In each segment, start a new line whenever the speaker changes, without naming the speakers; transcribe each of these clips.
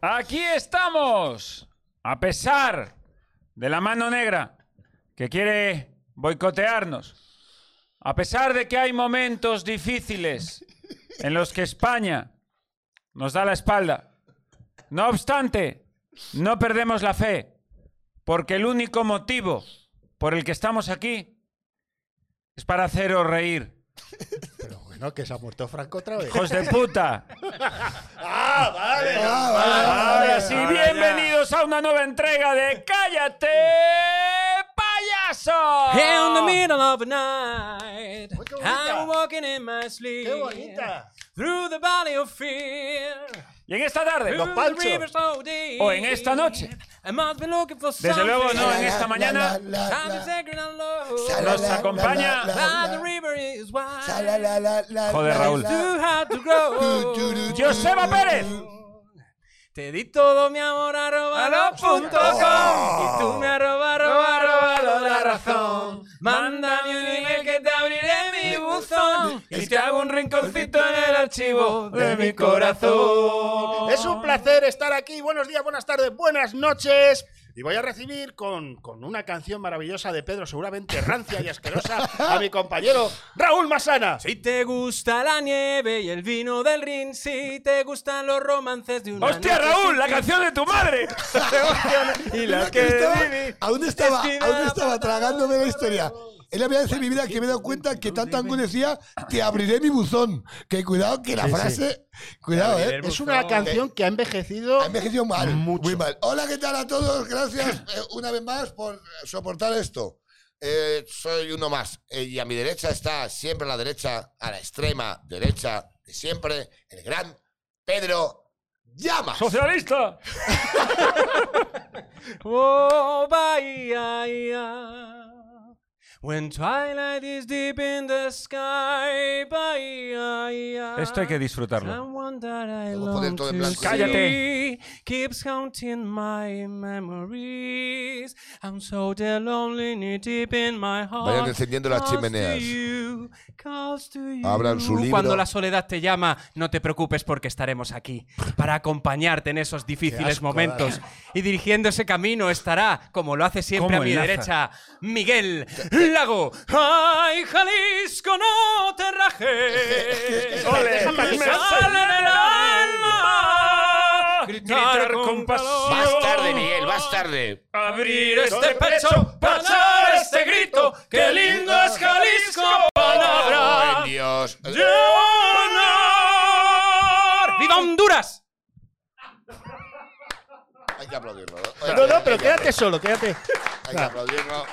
Aquí estamos, a pesar de la mano negra que quiere boicotearnos, a pesar de que hay momentos difíciles en los que España nos da la espalda. No obstante, no perdemos la fe, porque el único motivo por el que estamos aquí es para haceros reír.
Pero bueno, que se ha muerto Franco otra vez.
¡Hijos de puta!
¡Ah, vale! ¡Ah,
Ahora sí,
Ahora ya.
bienvenidos a una nueva entrega de Cállate, payaso.
In the middle of the night,
Uy, qué bonita.
I'm walking in my sleep.
¡Qué bonita!
Through the valley of fear.
Y en esta tarde,
through the
panchos.
rivers so deep.
O Oh, en esta noche.
I must be looking for
Desde luego
something.
no, en esta mañana
la,
I'm the
la,
sacred and low.
la,
nos
la, la,
acompaña-
la, la,
Ah,
la,
the river is wide.
la, la, la, la,
Joder,
la,
Raúl.
la.
Too hard to grow.
Du, du, du,
Joseba Pérez.
Te di todo mi amor arroba
Arroba
punto
punto
com.
com.
Y tú me arroba arroba arroba lo la razón Mándame un email que te abriré mi buzón Y te hago un rinconcito en el archivo de mi corazón
Es un placer estar aquí. Buenos días, buenas tardes, buenas noches. Y voy a recibir con, con una canción maravillosa de Pedro, seguramente rancia y asquerosa, a mi compañero Raúl Masana.
Si te gusta la nieve y el vino del Rin Si te gustan los romances de una
¡Hostia,
noche
Raúl!
sin
¡La
fin,
canción de tu madre!
Y las
Que
que
estaba-
viví
aún estaba,
Esquina
aún estaba
apartada.
tragándome la historia. Es la primera vez en mi vida que me he dado cuenta que tanto angustia decía te abriré mi buzón. Que cuidado que la frase. Cuidado, eh.
Es una canción que ha envejecido.
Ha envejecido mal.
Mucho.
Muy mal. Hola, ¿qué tal a todos? Gracias eh, una vez más por soportar esto. Eh, soy uno más. Eh, y a mi derecha está siempre a la derecha, a la extrema derecha de siempre, el gran Pedro Llamas.
¡Socialista!
Oh, Bahía, yeah. when twilight is deep in the sky, Bahía, yeah.
Esto hay que disfrutarlo.
Someone that I
Vamos a poner
long
todo en
to
blanco.
Cállate.
see keeps haunting my memories. I'm so dead lonely deep in my heart.
Vayan encendiendo las
Calls to
chimeneas.
you, calls to you.
Abran su libro.
Cuando la soledad te llama, no te preocupes porque estaremos aquí para acompañarte en esos difíciles
asco,
momentos. Y dirigiendo ese camino estará, como lo hace siempre a
¿Cómo
mi
enlaza?
derecha, Miguel Lago. ¡Ay, Jalisco, no te rajes!
¡Ole!
¡Me
¡Me
sale en el alma!
Gritar con pasión.
Más tarde, Miguel, más tarde.
Abrir
Abrir
este pecho, pasar este grito, qué lindo es Jalisco, palabra
Oh, en Dios.
de honor. ¡Viva Honduras!
Hay que aplaudirlo.
No, no, pero quédate solo, quédate.
Hay que aplaudirlo.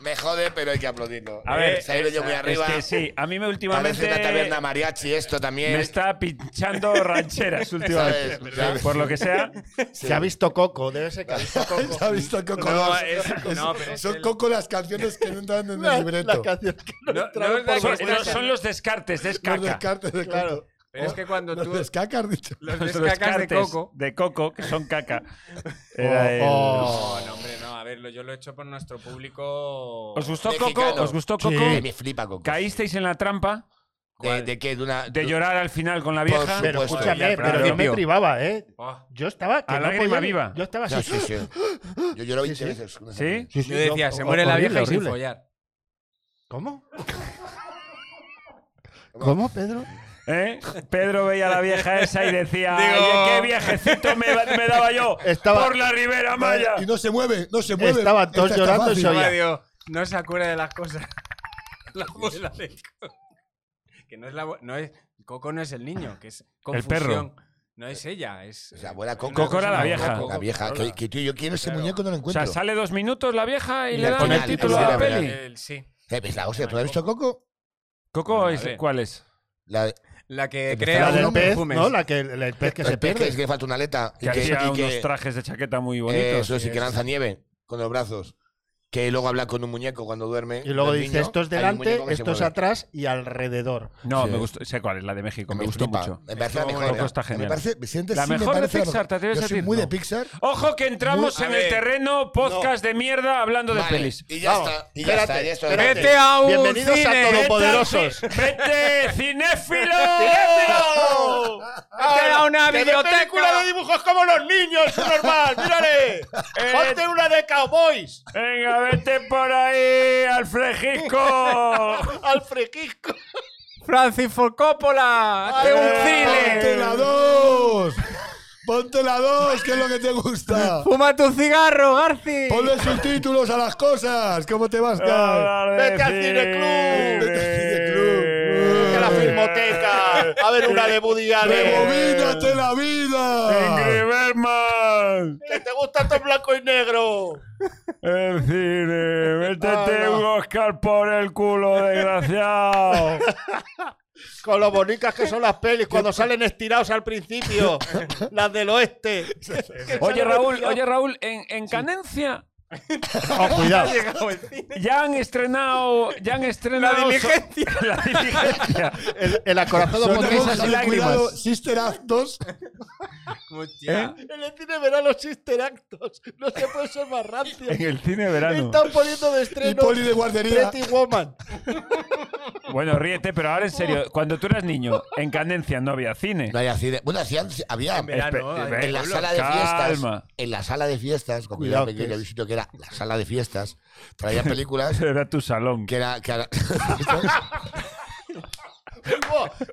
Me jode, pero hay que aplaudirlo.
A ver,
se ha ido yo muy
Es
arriba.
que sí, a mí me
Parece una taberna
últimamente
mariachi esto también.
me está pinchando rancheras últimamente.
¿Sabes? ¿Sabes?
Por lo que sea,
Se ha visto Coco, debe ser que ha visto Coco.
¿Has visto Coco
No,
dos?
es- no, pero es
Son
el-
Coco las canciones que no entran en
La- la
el libreto.
canción que nos
No, no
trae
es verdad
por
son,
que
vuestra
estás-
son los descartes,
Los
descaca.
descartes de
Claro.
Coco.
Pero es que cuando
Los
tú
descaca, has dicho.
los
Los
descacas de
descartes
coco...
de coco, que son caca. Era el-
Oh,
No, hombre, no, a ver, lo- yo lo he hecho por nuestro público...
¿Os gustó Coco?
Mexicano.
¿Os gustó Coco?
Que me flipa Coco.
¿Caísteis en la trampa
¿De, de qué? ¿De una.?
de
de-
llorar al final con la vieja?
Por
Pero
supuesto.
escúchame,
Ya, claro.
pero yo me
Limpio.
privaba, ¿eh?
Oh,
Yo estaba que
A
no
lágrima
podía-
viva.
Yo estaba
No,
así.
sí, sí. Yo lloro 20
Sí, sí.
veces. con esa
¿Sí?
canción.
Sí, sí,
Yo decía,
no,
se muere la
horrible,
vieja y sin
horrible.
follar.
¿Cómo? ¿Cómo, Pedro?
¿Eh? Pedro veía a la vieja esa y decía,
Digo-
"Oye, qué viejecito me, me daba yo
Estaba-
por la Ribera Maya.
Y no se mueve, no se mueve.
Estaban todos
Esta está
llorando y
fácil.
se oía.
Toma, Dios, no se acuerda de las cosas. La abuela de Coco. Que no es la abue- no es Coco no es el niño, que es
El
confusión.
perro.
No es ella, es
La abuela Coco.
Coco era la vieja.
La vieja. Que, que tú y yo quiero ese muñeco, no lo
O sea,
encuentro.
sale dos minutos la vieja y,
Y
le
al
dan el
final,
título
sí,
a la
la verdad.
peli.
El- sí.
Eh, pues la hostia, ¿tú no has visto Coco?
¿Coco
Bueno, a
es,
ver.
cuál es?
La,
La que
El
crea
perro del
los
pez,
perfumes.
¿No? La que, el el pez que
el
se
pez
pierde.
que le falta una aleta.
Que hacía unos trajes de chaqueta muy bonitos. Eh,
Eso sí, que lanza nieve con los brazos. Que luego habla con un muñeco cuando duerme.
Y luego
del
dice,
niño,
esto es
hay un
delante,
muñeco que se
esto es
mueve.
atrás y alrededor.
No,
Sí.
me gustó, sé cuál es, la de México, me,
Me
gustó
flipa.
mucho.
Me parece la
Estuvo
mejor.
Coco está
Me
genial.
parece, Vicente,
La
sí me
mejor de
parece la
Pixar,
mejor.
¿te atreves
Yo
a
soy
decir?
muy de
No.
Pixar.
Ojo que entramos
Muy-
en
a
el
ver.
terreno podcast de mierda hablando de
Vale,
pelis.
Y ya
Vamos,
está. Y ya
espérate,
está. ya está.
espérate.
Vete a un
Bienvenidos a
cine.
todos.
¡Vete,
Todopoderosos.
ci- ¡Vete, cinéfilo!
Vete a una ¡Ah! una
¡Que ve película de
videoteca.
dibujos como los niños, un normal! ¡Mírale!
Eh,
¡Ponte una de cowboys!
Venga, vete por ahí, al flejico.
¡Al frequisco!
Francis Ford Coppola. hazte un
Ponte
cine.
la dos. Ponte la dos, que es lo que te gusta.
Fuma tu cigarro, Garci.
Pues
Ponle subtítulos a las cosas. ¿Cómo te vas, Gal?
Vete al cineclub.
Vete al cineclub.
Eh.
¡Que la filmoteca! ¡A ver una de Woody Allen!
¡Rebobínate la vida!
Berman,
¡Que te gusta todo en blanco y negro!
el cine, métete
Ah, no.
un Oscar por el culo, desgraciado.
Con lo bonitas que son las pelis cuando salen estirados al principio. las del oeste.
Oye, Raúl, oye, Raúl, en, en Canencia
Oh, cuidado.
ya han estrenado, ya han estrenado so-
diligencia.
la diligencia.
El, el acorazado
Son
por
hermosas
risas y
de cuidado,
lágrimas.
Sister Act 2.
Hostia.
En el cine verán los interactos. No se puede ser más rancio.
En el cine verano.
Están poniendo de
Y
estreno
poli de guardería.
Pretty Woman.
Bueno, ríete, pero ahora en serio, cuando tú eras niño, en Canencia no había cine.
No hay así de- Bueno, hacían, había eh,
verano,
Espe-
en
ve-
en la sala de
Calma.
fiestas. En la sala de fiestas, como yo
Cuidado,
era pequeño,
que-
había un sitio que era la sala de fiestas, traía películas
Era tu salón.
que era. Que era-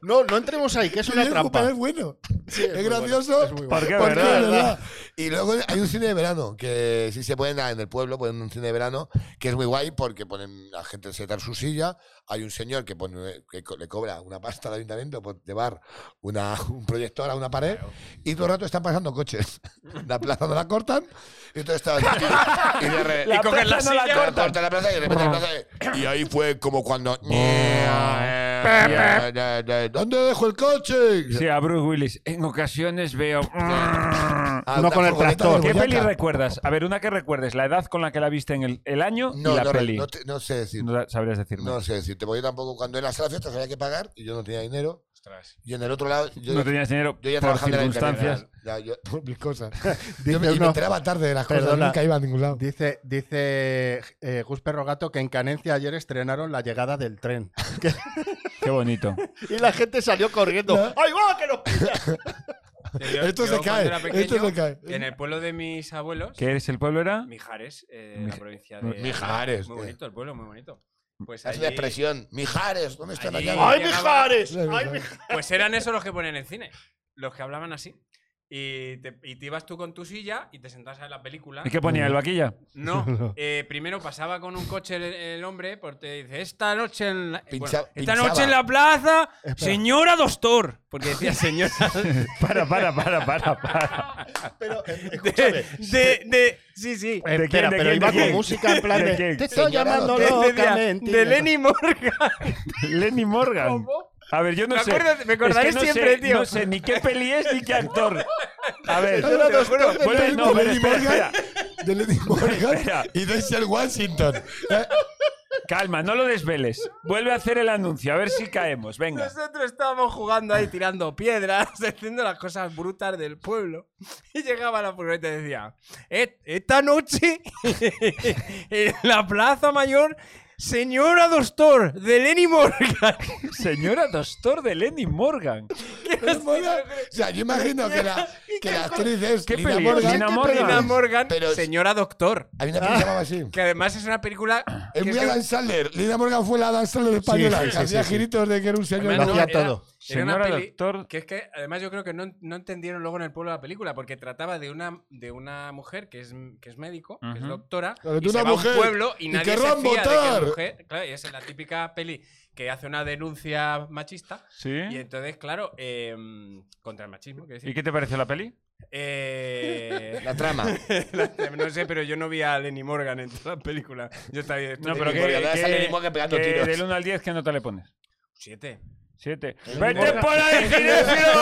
No, no entremos ahí, que es una
Pero
trampa.
Es bueno.
es, gracioso.
Porque es
porque
verdad.
es verdad. Y luego hay un cine de verano que sí se pueden en el pueblo, ponen un cine de verano que es muy guay porque ponen la gente se en su silla, hay un señor que pone que co- le cobra una pasta al ayuntamiento por llevar una, un proyector a una pared y todo el rato están pasando coches. La plaza no la cortan y todo está
Y de re-
La
y coges la
plaza Ah. no la
silla,
cortan.
corta la plaza y de repente la plaza-
Y ahí fue como cuando. ¿Dónde dejo el coche?
Sí, a Bruce Willis. En ocasiones veo. mm.
Ah,
No
una
con el
furgoneta de
tractor.
¿Qué
Boyaca.
peli recuerdas? A ver, una que recuerdes, la edad con la que la viste en el, el año y
No,
la
no,
peli.
no te- no sé decir.
No la- sabrías decirme.
No sé decirte, porque yo tampoco, cuando en la sala de fiestas había que pagar y yo no tenía dinero. Y en el otro lado, yo,
No tenías dinero
yo ya
por
trabajaba en la
circunstancias.
alcaldía. Ya, yo-
Por mis cosas.
yo me, y me
uno-
enteraba tarde de las cosas,
Perdona.
nunca iba a ningún lado.
Dice, dice eh, Gus Perro Gato que en Canencia ayer estrenaron la llegada del tren.
Qué bonito.
Y la gente salió corriendo. ¡Ay, va, que nos pilla!
Yo-
Esto
yo
se
cuando
cae,
era
esto
pequeño,
se cae.
En el pueblo de mis abuelos,
¿Qué eres el pueblo era?
Mijares, eh,
Mij-
la provincia de.
Mijares,
Muy
eh.
bonito el pueblo, muy bonito. Pues,
Es una
allí-
expresión. Mijares, ¿dónde está la
Allí-
llave?
¡Ay,
llegaba-
Mijares!
Sí,
¡Ay,
sí.
Mijares!
pues eran esos los que ponían en cine, los que hablaban así. Y te, y te ibas tú con tu silla y te sentabas a ver la película.
¿Y qué ponía el vaquilla?
No, eh, primero pasaba con un coche el, el hombre porque dice, esta noche en la,
Pincha-
bueno, esta
pinchaba.
noche en la plaza, señora Dostor. Porque decía señora
Para, para, para, para, para.
Pero, eh,
de,
escúchame.
de- de- sí, sí.
¿De
Espera,
quién, de
pero
quién,
iba
de
con
quién?
música en plan
¿De
de.
quién?
Te estoy
Señora,
llamando
¿de
De- de-
locamente.
de Lenny Morgan.
Lenny Morgan. A ver, yo no
Me
sé.
acuerdo- me acordaré
Es que no
siempre,
sé,
tío.
No sé ni qué peli es ni qué actor. A ver.
Era
Te lo juro.
doctor de
Bueno,
Lenny-
no,
de
pero
Lenny
espera,
Morgan, de Lenny
Espera.
Morgan y Denzel Washington. Eh,
Calma, no lo desveles. Vuelve a hacer el anuncio, a ver si caemos. Venga.
Nosotros estábamos jugando ahí tirando piedras, haciendo las cosas brutas del pueblo. Y llegaba la furgoneta y decía, "Et- esta noche en la Plaza Mayor, señora Dostor de Lenny Morgan.
Señora Doctor de Lenny Morgan.
Lenny Morgan. O sea, yo imagino que la, que la actriz es
¿Qué
Lina
peli?
Morgan.
Lina Ah. Morgan.
Lina Morgan,
Pero-
señora Doctor.
Hay una peli que se llamaba así.
Que además es una película...
Es
que
muy
es que-
Adam Sandler. Lina Morgan fue la Adam Sandler española.
Sí, sí,
que
sí,
Hacía
sí, sí.
giritos de que era un señor.
Además,
Lo
no,
hacía todo.
era una
Señora
peli
doctor.
Que es que además yo creo que no, no entendieron luego en el pueblo la película, porque trataba de una, de una mujer que es, que es médico, que es
Ujú.
doctora,
Claro,
y
de
se
una
va a un
mujer,
pueblo y
y
nadie se
querrán
fía de que es
votar.
mujer. Claro, y es la típica peli que hace una denuncia machista.
¿Sí?
Y entonces, claro, eh, contra el machismo, que
¿Y
decir.
qué te pareció la peli?
Eh,
La trama.
la- no sé, pero yo no vi a Lenny Morgan en toda la película. Yo estaba ahí,
No,
esto tiene
pero que,
Morgan, ahora sale Lenny Morgan pegando tiros.
del 1 al 10, ¿qué nota le pones?
Siete.
7. ¡Vete
Morgan.
por ahí, cinéfilo!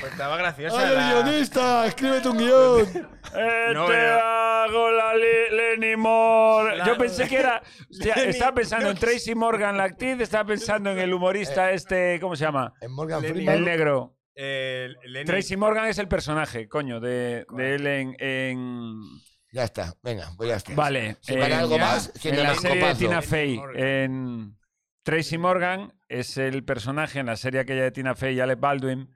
Pues estaba graciosa.
¡Ay,
la-
guionista! ¡Escríbete un guión!
Eh,
No,
te
pero-
hago la Li- Lenny Morgan.
La-
Yo pensé que era. hostia,
Lenny-
estaba pensando en Tracy Morgan, la actriz, estaba pensando en el humorista este, ¿cómo se llama?
En Morgan
Lenny
Freeman.
El negro.
eh, Lenny-
Tracy Morgan es el personaje, coño, de, de él en. en-
Ya está, venga, voy a estar.
Vale. eh,
Si para algo más,
en la
cinemascopazo.
serie de Tina
Lenny
Fey.
Morgan.
En Tracy Morgan es el personaje en la serie aquella de Tina Fey y Alec Baldwin.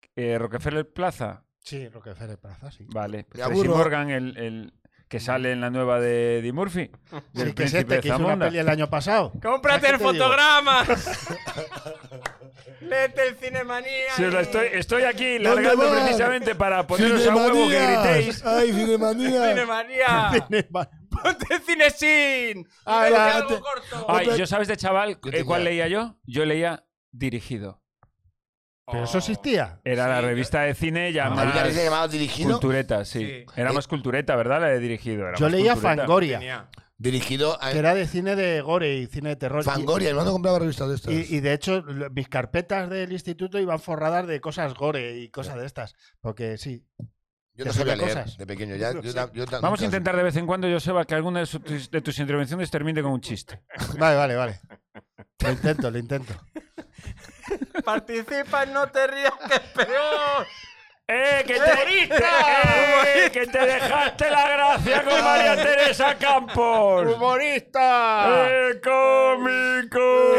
que eh, Rockefeller Plaza.
Sí, Rockefeller Plaza, sí.
Vale. pues
Me
Tracy
aburro.
Morgan, el, el que sale en la nueva de Eddie Murphy. Del
Sí, que es
príncipe
este que hizo una
Zamunda.
peli el año pasado.
¡Cómprate el
¿Sabes qué te digo?
fotograma! ¡Vete el Cinemanía!
Sí, os la estoy, estoy aquí
¿Dónde
largando
vas?
precisamente para poneros a huevo que
¡Cinemanías!
gritéis.
¡Ay, cinemanía!
¡Cinemanía! ¡Ponte el Cinesin!
Ah,
¡Ponte
Ay, la-
algo
te-
corto!
Ay, yo sabes de chaval,
Yo
eh,
tenía-
¿cuál leía yo? Yo leía Dirigido.
Pero
Oh.
eso existía.
Era la revista de cine
Ah,
ya
¿Había alguien que se
más
llamaba dirigido?
cultureta, sí.
Sí.
Era
Eh,
más cultureta, ¿verdad? La de Dirigido. era
Yo
más
leía
cultureta.
Fangoria,
Tenía.
Dirigido a
que era de cine de gore y cine de terror.
Fangoria. Mi hermano compraba revistas de estas.
Y, y de hecho, lo- mis carpetas del instituto iban forradas de cosas gore y cosas de estas. Porque sí. te
yo no sabía
sabía
leer
cosas.
de pequeño. Ya,
No
yo
sé.
ta- yo ta-
Vamos a
nunca-
intentar de vez en cuando, Joseba, que alguna de, su- de tus intervenciones termine con un chiste.
Vale, vale, vale. Lo intento, lo intento.
Participa en No te rías, que es peor.
¡Eh, que te, ¡Eh, que te dejaste la gracia con María Teresa Campos!
¡Humorista!
¡Eh, cómico!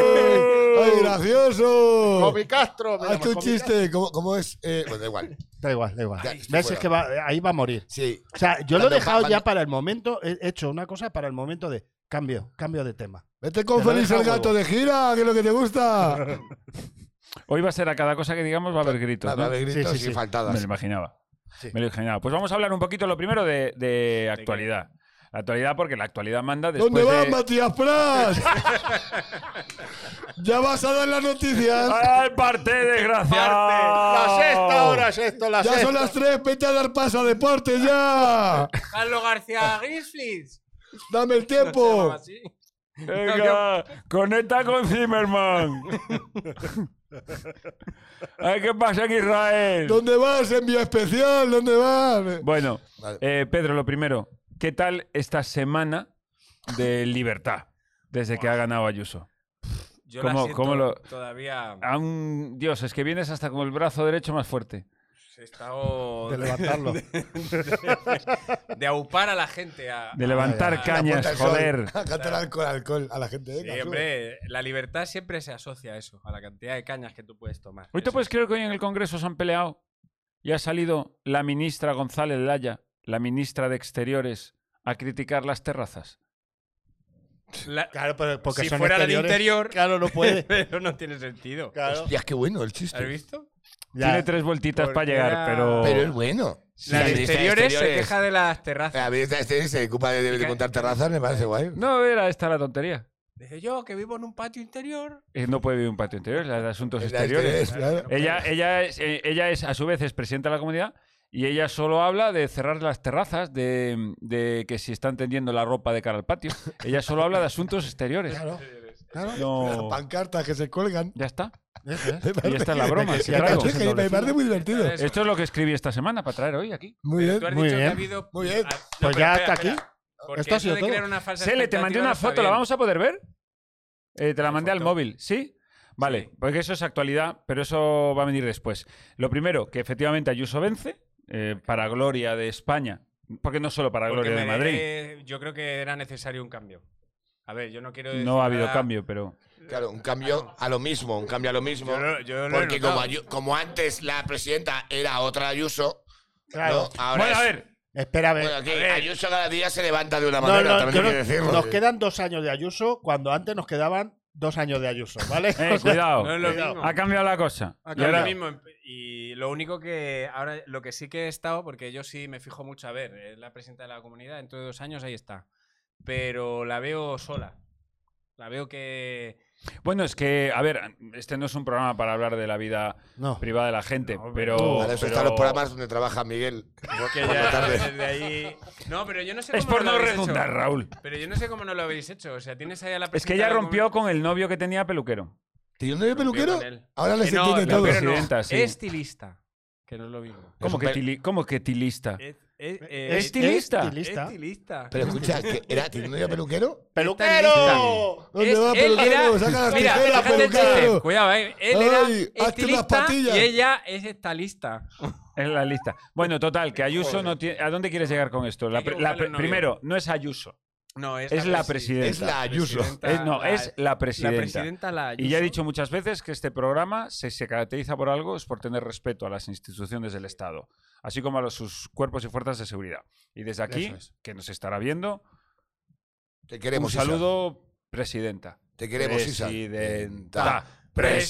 ¡Ay, gracioso!
Comi Castro. Ah, me
Hazte
llamo
un
Comi
chiste. ¿Cómo, cómo es? Eh,
Pues
bueno, da igual.
Castro. Da igual, da igual.
Ya, estoy
¿Ves?
fuera.
Es que va- ahí va a morir.
Sí.
O sea, yo lo he
Cuando-
dejado ya
cuando-
para el momento. He hecho una cosa para el momento de cambio, cambio de tema.
Vete
Te
con
lo
Feliz
deja
el gato
huevo.
de gira, que es lo que te gusta.
Hoy va a ser a cada cosa que digamos va a haber gritos. ¿no?
Vale, gritos
Sí, sí,
y
sí.
faltadas.
Me lo imaginaba. Me lo imaginaba. Pues vamos a hablar un poquito lo primero de, de actualidad. La actualidad, porque la actualidad manda después
¿Dónde vas,
de-
Matías Pras? ya vas a dar las noticias.
¡Ay, parte, desgraciado!
es esto, la
Ya son las tres, vete a dar paso a deportes ya.
Carlos García Grizzlies.
Dame el
No se llamaba
tiempo.
así.
Venga, conecta con Zimmerman. Ay, ¿qué pasa en Israel?
¿Dónde vas, envío especial? ¿Dónde vas?
Bueno,
Vale.
eh, Pedro, lo primero, ¿qué tal esta semana de libertad desde que ha ganado Ayuso?
Yo
¿Cómo-
la siento
cómo lo- Ah.
todavía.
Aún, Dios, es que vienes hasta con el brazo derecho más fuerte.
pues, He estado.
De levantarlo.
de aupar a la gente. A,
De levantar
a-
cañas,
Ponte al sol.
joder.
A Cantar alcohol, alcohol a la gente. venga,
Sí,
sube.
hombre, la libertad siempre se asocia a eso, a la cantidad de cañas que tú puedes tomar.
Hoy te
Eso
puedes creer que hoy en el Congreso se han peleado y ha salido la ministra González Laya, la ministra de Exteriores, a criticar las terrazas.
es- la-
Claro, pero porque
si
son
fuera del
exteriores,
interior,
Claro, no puede.
pero no tiene sentido.
Claro.
Hostias, qué bueno el
¿Has
chiste.
visto?
Ya.
Tiene tres vueltitas para
Porque
llegar,
era-
pero...
Pero es bueno.
La de exteriores, se queja de las
La
terrazas.
ministra exteriores se ocupa de, de contar terrazas, me parece guay.
No era esta la tontería.
Dice yo que vivo en un patio interior.
Eh, No puede vivir un patio interior, la de asuntos
La
exteriores.
exteriores, claro.
Ella, ella, es, eh, ella es, a su vez, es presidenta de la comunidad y ella solo habla de cerrar las terrazas, de, de que si están tendiendo la ropa de cara al patio. Ella solo habla de asuntos exteriores.
Claro, claro.
No.
Las pancartas que se cuelgan.
Ya está.
Eso es.
Y esta es la broma que
Sí,
traigo.
acá-
Me parece muy divertido.
Eso.
Esto es lo que escribí esta semana para traer hoy aquí.
Muy
Pero
bien.
tú has
muy
dicho que
bien.
ha habido.
Muy bien.
Ah, no,
Pues
pero espera,
ya hasta aquí.
espera, porque
Esto ha
eso
sido
de
todo.
crear una falsa
Sele, te mandé
expectativa no
una
está
foto, ¿la
bien.
vamos a poder ver? Eh, te la
Hay
mandé al
foto.
móvil, ¿sí? Vale,
Sí.
porque eso es actualidad, pero eso va a venir después. Lo primero, que efectivamente Ayuso vence, eh, para gloria de España, porque no solo para
Porque
gloria de
me
Madrid,
de- yo creo que era necesario un cambio. A ver, yo no quiero decir
no ha habido
nada-
cambio, pero...
Claro, un cambio a lo mismo, un cambio a lo mismo.
Yo lo- yo lo he
Porque como,
notado.
Ayu- como antes la presidenta era otra Ayuso,
Claro.
¿no? ahora
Bueno, a
es-
ver,
Espera a ver.
bueno, aquí Ayuso cada día se levanta de una
No,
manera,
no,
también
yo
hay que
no-
decirlo.
eh.
Nos quedan dos años de Ayuso cuando antes nos quedaban dos años de Ayuso, ¿vale?
eh,
O sea,
cuidado,
No es lo mismo.
ha cambiado la cosa.
Ah,
Y
claro,
ahora-
lo mismo. Y lo único que ahora, lo que sí que he estado, porque yo sí me fijo mucho, a ver, es la presidenta de la comunidad, dentro de dos años ahí está. Pero la veo sola. La veo que.
Bueno, es que, a ver, este no es un programa para hablar de la vida
No.
privada de la gente,
No,
pero...
Para eso
pero-
están los programas donde trabaja Miguel.
que
Por la
ya
tarde.
desde ahí. No, pero yo no sé cómo.
Es por
lo
no
habéis hecho.
redundar, Raúl.
Pero yo no sé cómo no lo habéis hecho. O sea, tienes ahí a la
Es que
presidenta.
ella
de la comunidad-
rompió con el novio que tenía peluquero.
¿Tiene un novio
Rompió
peluquero?
con él.
Ahora les
Que no,
entiende
no,
todo.
peluquero
Presidenta,
no.
sí.
Estilista. Que no es lo mismo.
Es
¿Cómo
un
que,
pe-
tili- cómo que tilista?
Es- es- eh,
Es estilista.
Estilista.
Estilista.
Pero escucha, ¿que era, ¿tiene un novio peluquero?
¡Peluquero!
¿Dónde
Es-
va,
él
peluquero?
era-
Saca las
Mira,
tijeras,
fíjate el chiste.
peluquero.
Cuidado, eh. Él
Ay, hazte
era
unas
estilista
patillas.
y ella es estalista.
Es la lista. Bueno, total, que Ayuso no tiene. ¿A dónde quieres llegar con esto? La
Hay que
pri- la
buscarle
pri-
un novio.
primero, no es Ayuso.
No, es,
Es la
presi-
presidenta.
Es la Ayuso.
presidenta,
Es- no,
la-
es la
La
presidenta.
presidenta la
Y ya he
Ayuso.
dicho muchas veces que este programa, si se caracteriza por algo, es por tener respeto a las instituciones del Estado, así como a los- sus cuerpos y fuerzas de seguridad. Y desde aquí,
Eso es.
que nos estará viendo,
Te
un
queremos, Isa.
saludo, presidenta.
Te queremos, Isa.
Presidenta.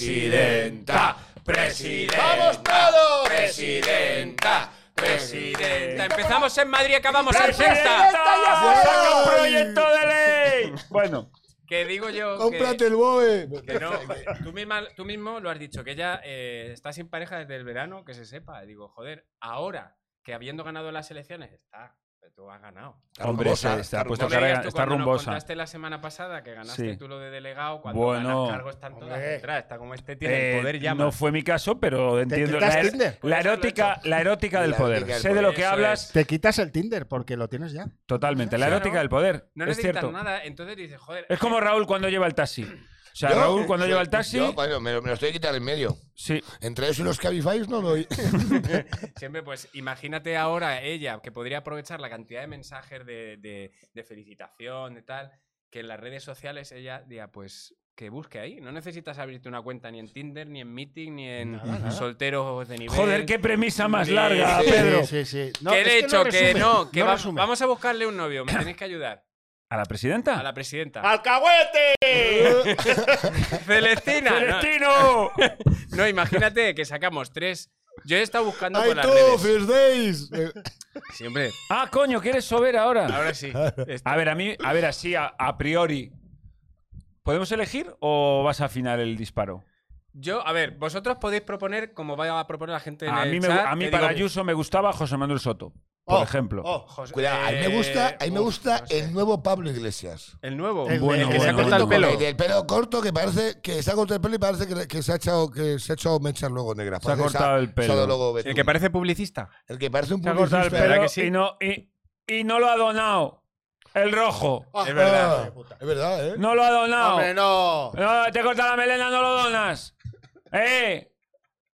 Presidenta.
Presidenta.
¡Vamos pues. todos!
Presidenta. Presidenta.
Empezamos en Madrid y acabamos en
¡Presidenta!
Sexta.
¡Ya saca un
Ay.
proyecto de ley! Bueno,
Que digo yo.
¡Cómprate
que...
el BOE!
que no, tú, misma- tú mismo lo has dicho, que ella eh, está sin pareja desde el verano, que se sepa. Digo, joder, ahora que habiendo ganado las elecciones, está, que tú has ganado.
hombre,
rumbosa,
se- está,
está
puesto
No me
cara-
digas tú
Pues está
cuando nos
rumbosa.
contaste la semana pasada que ganaste
Sí.
tú lo de delegado, cuando
Bueno.
ganas cargo están todas
Hombre.
detrás. Está como este tiene
Eh,
el poder llama. Pues
No fue mi caso, pero entiendo.
quitas
La, er-
Tinder?
la erótica, la erótica del
La
poder.
erótica del
sé de lo
poder.
que
Eso
hablas
Te quitas el Tinder porque lo tienes ya.
totalmente. La
Claro.
erótica del poder.
No
es
necesitas
cierto.
nada, entonces dices, joder.
Es como Raúl cuando lleva el taxi. O sea,
Yo-
Raúl cuando lleva el taxi.
Yo, bueno, me lo, me lo estoy quitando en medio.
sí.
Entre eso y los Cabifys no doy.
Siempre, pues imagínate ahora ella, que podría aprovechar la cantidad de mensajes de, de- de felicitación, de tal, que en las redes sociales ella diga, pues que busque ahí. No necesitas abrirte una cuenta ni en Tinder, ni en Meeting, ni en solteros de nivel.
Joder, qué premisa más
Sí,
larga,
sí,
Pedro.
Sí, sí, sí. No,
que
es
le he
no
hecho que
resume,
no, que va-
resume.
vamos a buscarle un novio, me tenéis que ayudar.
¿A la
A
presidenta?
la presidenta.
¡Alcahuete!
Celestina. no,
¡Celestino!
No, imagínate que sacamos tres. Yo he estado buscando
¡Ay,
por las
todo,
redes.
First Days!
Siempre.
ah, coño, ¿quieres sober ahora?
Ahora sí.
A ver, a mí, a ver, así, a, a priori. ¿Podemos elegir o vas a afinar el disparo?
Yo, a ver, vosotros podéis proponer como vaya a proponer la gente en
A
el
mí, me-
chat,
a mí
que
para
digo,
Ayuso me gustaba José Manuel Soto, por
Oh,
ejemplo.
Oh,
José-
Cuidado, a mí me
eh,
gusta, a mí me
uf,
gusta
no sé.
el nuevo Pablo Iglesias.
El nuevo.
El
Bueno,
el que se ha
bueno,
cortado el
bueno.
pelo.
El del pelo corto que parece que se ha cortado el pelo y parece que, que se ha echado que se ha echado mechas luego negras.
Se ha
Parece que
cortado el pelo.
echado luego
El
betún.
que parece publicista.
El que parece un
Se ha cortado el
publicista.
pelo
que sí?
y, no, y, y no lo ha donado. El rojo.
es
Ah, es verdad, ¿eh?
No lo ha donado.
Hombre, no.
No, te corta la melena, no lo donas. ¡Eh!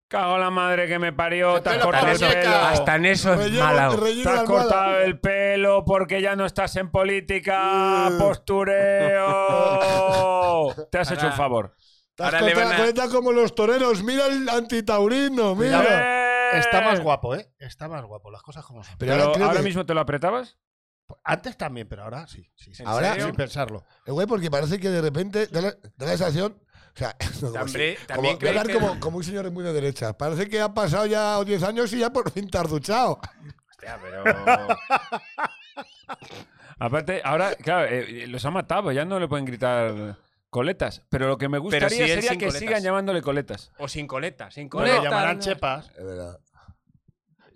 Cago en la madre que me parió.
El
Te has
pelo
cortado el
pareseca.
pelo.
Hasta en eso es
Relleno-
malo.
relleno
Te
de
has
almohada.
cortado el pelo porque ya no estás en política. Postureo. Te has hecho un
Ahora-
favor.
Te has
Ahora le
cortado
van
la
a-
cuenta como los toreros. Mira el antitaurino, mira.
¡Eh!
Está más guapo, ¿eh? Está más guapo, las cosas como son.
Pero
Pero ahora creo
ahora
que-
mismo te lo apretabas.
Antes también, pero ahora sí. sí, sí.
¿En
Ahora-
serio?
sin pensarlo.
Eh, güey, porque parece que de repente da la, da la sensación. O sea, no, como,
También-
si-
también
como- voy a
crees
hablar
que-
como, como un señor muy de derecha. Parece que ha pasado ya 10 años y ya por fin te has duchado.
Hostia, pero.
Aparte, ahora, claro, eh, eh, los ha matado, ya no le pueden gritar coletas. Pero lo que me gustaría
si él
sería
sin
que
coletas.
sigan llamándole coletas.
O sin coleta, sin
Bueno,
coleta.
le llamarán
¿no?
chepas.
Es verdad.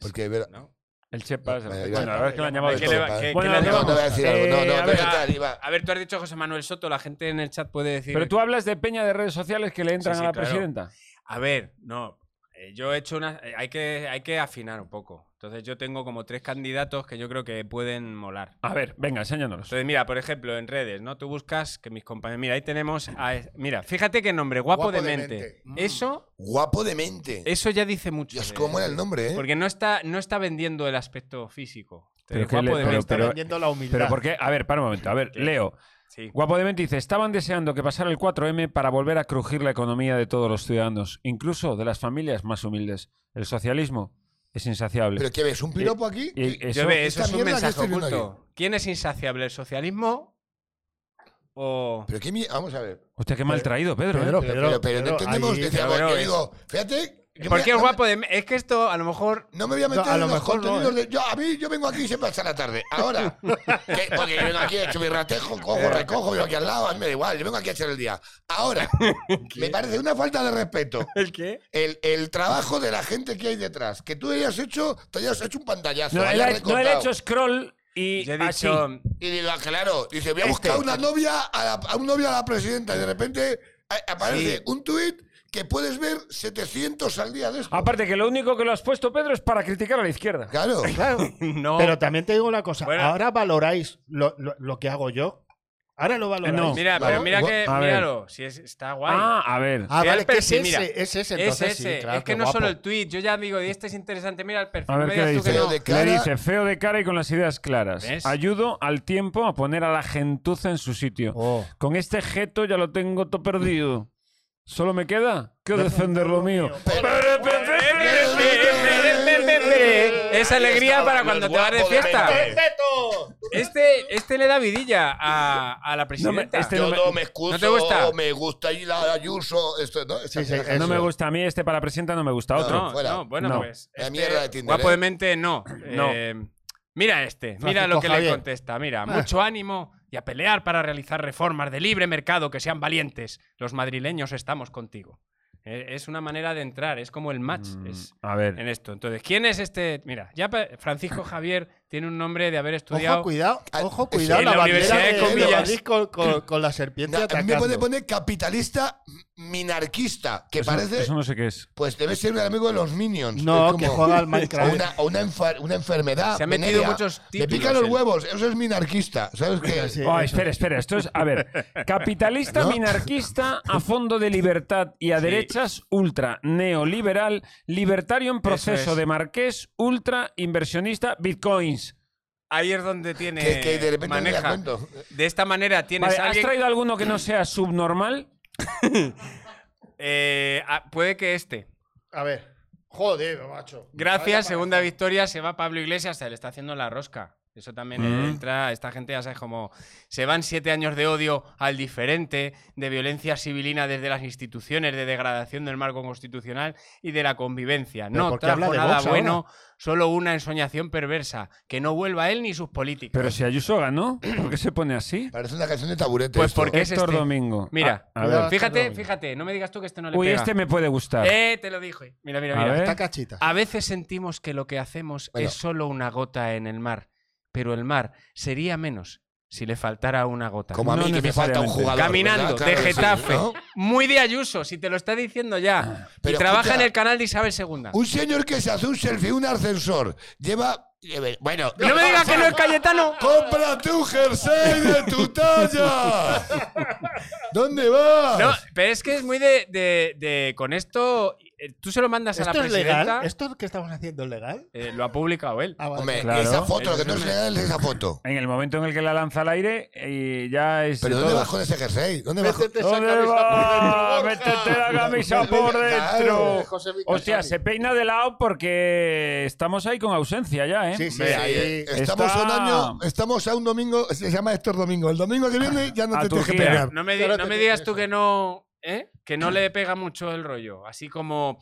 Porque, ver-
No.
El Chepas.
Vaya,
bueno,
iba-
la verdad es que lo han llamado
¿Qué
de
le
todo.
va- qué- qué
Bueno,
le ha
no,
no,
no
llamado?
voy a decir algo. No,
Eh,
no,
a
no
ver,
voy a estar, iba-
A ver, tú has dicho José Manuel Soto, la gente en el chat puede decir.
Pero tú hablas de peña de redes sociales que le entran
Sí, sí,
a la
claro.
presidenta.
A ver, no. eh, Yo he hecho una. eh, Hay que, hay que afinar un poco. Entonces, yo tengo como tres candidatos que yo creo que pueden molar.
A ver, venga, enséñanos.
Entonces, mira, por ejemplo, en redes, ¿no? Tú buscas que mis compañeros. Mira, ahí tenemos. a- mira, fíjate qué nombre, guapo,
Guapo
de
de
mente.
mente.
Eso,
Guapo de mente.
eso ya dice mucho.
Dios,
de-
cómo era el nombre, ¿eh?
Eh, Porque no está, no está vendiendo el aspecto físico.
Pero
Entonces,
que
guapo
le-
de
pero-
mente.
Está vendiendo la humildad.
Pero ¿por qué? A ver, para un momento. A ver, Leo.
Sí.
Guapo de mente dice, estaban deseando que pasara el 4M para volver a crujir la economía de todos los ciudadanos, incluso de las familias más humildes. El socialismo es insaciable.
¿Pero qué ves? ¿Un piropo aquí?
y eso,
Yo ve, eso
esta
es un
mierda que
mensaje
estoy viendo
oculto. ¿Quién es insaciable, el socialismo o.
Pero qué mi- Vamos a ver.
Hostia, qué mal traído, Pedro. ¿eh?
Pedro,
Pero,
Pedro,
pero- pero no
Pedro,
entendemos.
ahí-
decíamos,
Pero,
yo
pero
digo, fíjate. yo
¿Por
me-
qué es
no me-
guapo de mente? Es que esto, a lo mejor.
No me voy a meter
No, a
en
lo
los
mejor no,
contenidos
¿eh?
de- yo- a mí, yo vengo aquí siempre hasta la tarde. Ahora. que- porque yo vengo aquí, he hecho mi ratejo,
Eh.
cojo, recojo, vivo aquí al lado, a mí me da igual, yo vengo aquí a echar el día. Ahora. me parece una falta de respeto.
¿El qué?
El, el trabajo de la gente que hay detrás. Que tú hayas hecho, te hayas hecho un pantallazo.
No, él ha,
hayas
no, él ha
recortado.
hecho scroll y
Yo he
así.
dicho.
Y digo, ah, claro, dice, voy a
Este.
buscar una novia a, la- a un novio a la presidenta. Y de repente a- aparece
Sí.
un tuit que puedes ver 700 al día de esto.
Aparte que lo único que lo has puesto, Pedro, es para criticar a la izquierda.
Claro.
Claro.
No.
Pero también te digo una cosa.
Bueno.
Ahora valoráis lo, lo- lo que hago yo.
Ahora lo valoráis.
No.
Mira,
No,
pero mira
no,
que.
a ver.
Míralo. Si es- está guay.
Ah, a ver.
Ah,
Sí,
vale,
el
que es
perfil,
ese,
mira.
es ese, entonces
es
sí,
ese.
claro,
es que
qué
no
guapo.
solo el tweet. Yo ya digo, y este es interesante. Mira el perfil.
A ver
me
qué le
digas tú que
dice.
Feo
no.
de
Le
cara.
dice, feo de cara y con las ideas claras.
¿Ves?
Ayudo al tiempo a poner a la gentuza en su sitio.
Oh.
Con este jeto ya lo tengo todo perdido. Solo me queda que defender lo mío.
Es alegría
estaba,
para
el
cuando te vas de
guapo de
fiesta.
Pepe.
¡Respeto!
Este, este le da vidilla a, a la presidenta.
este-
Yo
no me-
no me excuso,
¿No te gusta?
me gusta y la Ayuso. Esto, ¿no? Esta
Sí, sí,
mierda.
eso.
No me gusta a mí, este para presidenta no me gusta otro.
no,
fuera.
no, bueno,
No.
pues.
La
este
mierda de Tinder,
Guapo de
eh.
mente, no.
No. Ah.
Eh, mira este, mira
Francisco
lo que le
Javier.
contesta. Mira, mucho ánimo y a pelear para realizar reformas de libre mercado que sean valientes. Los madrileños estamos contigo. Eh, es una manera de entrar, es como el match.
Mm,
es-
A ver.
en esto. Entonces, ¿quién es este? Mira, ya pa- Francisco Javier tiene un nombre de haber estudiado.
Ojo, cuidado, ojo,
sí,
cuidado
en
la
la
bandera
Universidad de
de,
Comillas.
de Madrid con, con- con la serpiente
Na- a mí me
atacando.
puede poner capitalista minarquista, que
Eso,
parece.
eso no sé qué es.
Pues debe ser un amigo de los Minions.
No,
Es como-
que juega al
O
Minecraft.
una, o una enfer- una enfermedad.
Se han metido
venérea.
muchos
Me
títulos,
pican los
él.
huevos, eso es minarquista. ¿Sabes qué?
Sí,
Oh,
eso.
espera, espera. Esto es, a ver, capitalista,
¿No?
minarquista, a fondo de libertad y a derechas, ultra, neoliberal, libertario en proceso
es.
de marqués, ultra, inversionista, bitcoins.
Ahí es donde tiene.
Que, que de repente me da
maneja.
cuenta.
De esta manera tienes
Vale,
a
¿Has
alguien.
traído alguno que no sea subnormal?
Eh, ah, puede que este.
A ver. Joder, macho.
Gracias, segunda victoria, se va Pablo Iglesias, se le está haciendo la rosca. Eso también
Mm.
entra, esta gente ya sabes como se van siete años de odio al diferente, de violencia civilina desde las instituciones, de degradación del marco constitucional y de la convivencia.
¿Pero
No
por qué habla
trajo
de
nada
Vox
bueno, solo una ensoñación perversa, que no vuelva él ni sus políticos.
Pero si Ayuso ganó, ¿por qué se pone así?
Parece una canción de taburete.
Pues
esto.
porque- ¿Qué es
Héctor
este?
Domingo.
Mira,
Ah, a ver.
fíjate, fíjate, no me digas tú que este no le
Uy,
pega.
este me puede gustar.
Eh, te lo dije. Mira, mira,
A
mira.
ver.
Está cachita.
A veces sentimos que lo que hacemos
Bueno.
es solo una gota en el mar, pero el mar sería menos si le faltara una gota.
Como a mí
No
que me falta un
necesariamente.
jugador.
Caminando,
¿verdad? Claro
de
que sí,
Getafe.
¿no?
Muy de Ayuso, si te lo está diciendo ya.
Pero
y trabaja
escucha,
en el canal de Isabel II.
Un señor que se hace un selfie, un ascensor, lleva. lleva- Bueno.
¡No me digas que no es Cayetano!
¡Cómprate un jersey de tu talla! ¿Dónde vas?
No, pero es que es muy de. de- de- con esto. eh, Tú se lo mandas a la
¿Esto es
presidenta.
legal? ¿Esto que estamos haciendo es legal?
eh, lo ha publicado él.
Ah, vale.
Hombre,
Claro.
esa foto, lo que no se le da es esa foto.
En el momento en el que la lanza al aire, eh, ya es.
Pero
de
¿dónde
todo.
vas con ese jersey? ¿Dónde vas con-
Métete esa
¿Dónde
camisa
va?
por dentro,
Métete la
Borja.
camisa por
Claro.
dentro.
José Vicasoli.
Hostia, se peina de lado porque estamos ahí con ausencia ya, ¿eh?
Sí, sí,
Hombre,
ahí.
Estamos
Está-
a un año, estamos a un domingo, se llama Héctor Domingo. El domingo que viene ya no
A
te tienes que
Turquía.
pelear.
No me, di-
Claro,
no
te
me digas
tienes
tú
eso.
que no. ¿eh? Que no le pega mucho el rollo. Así como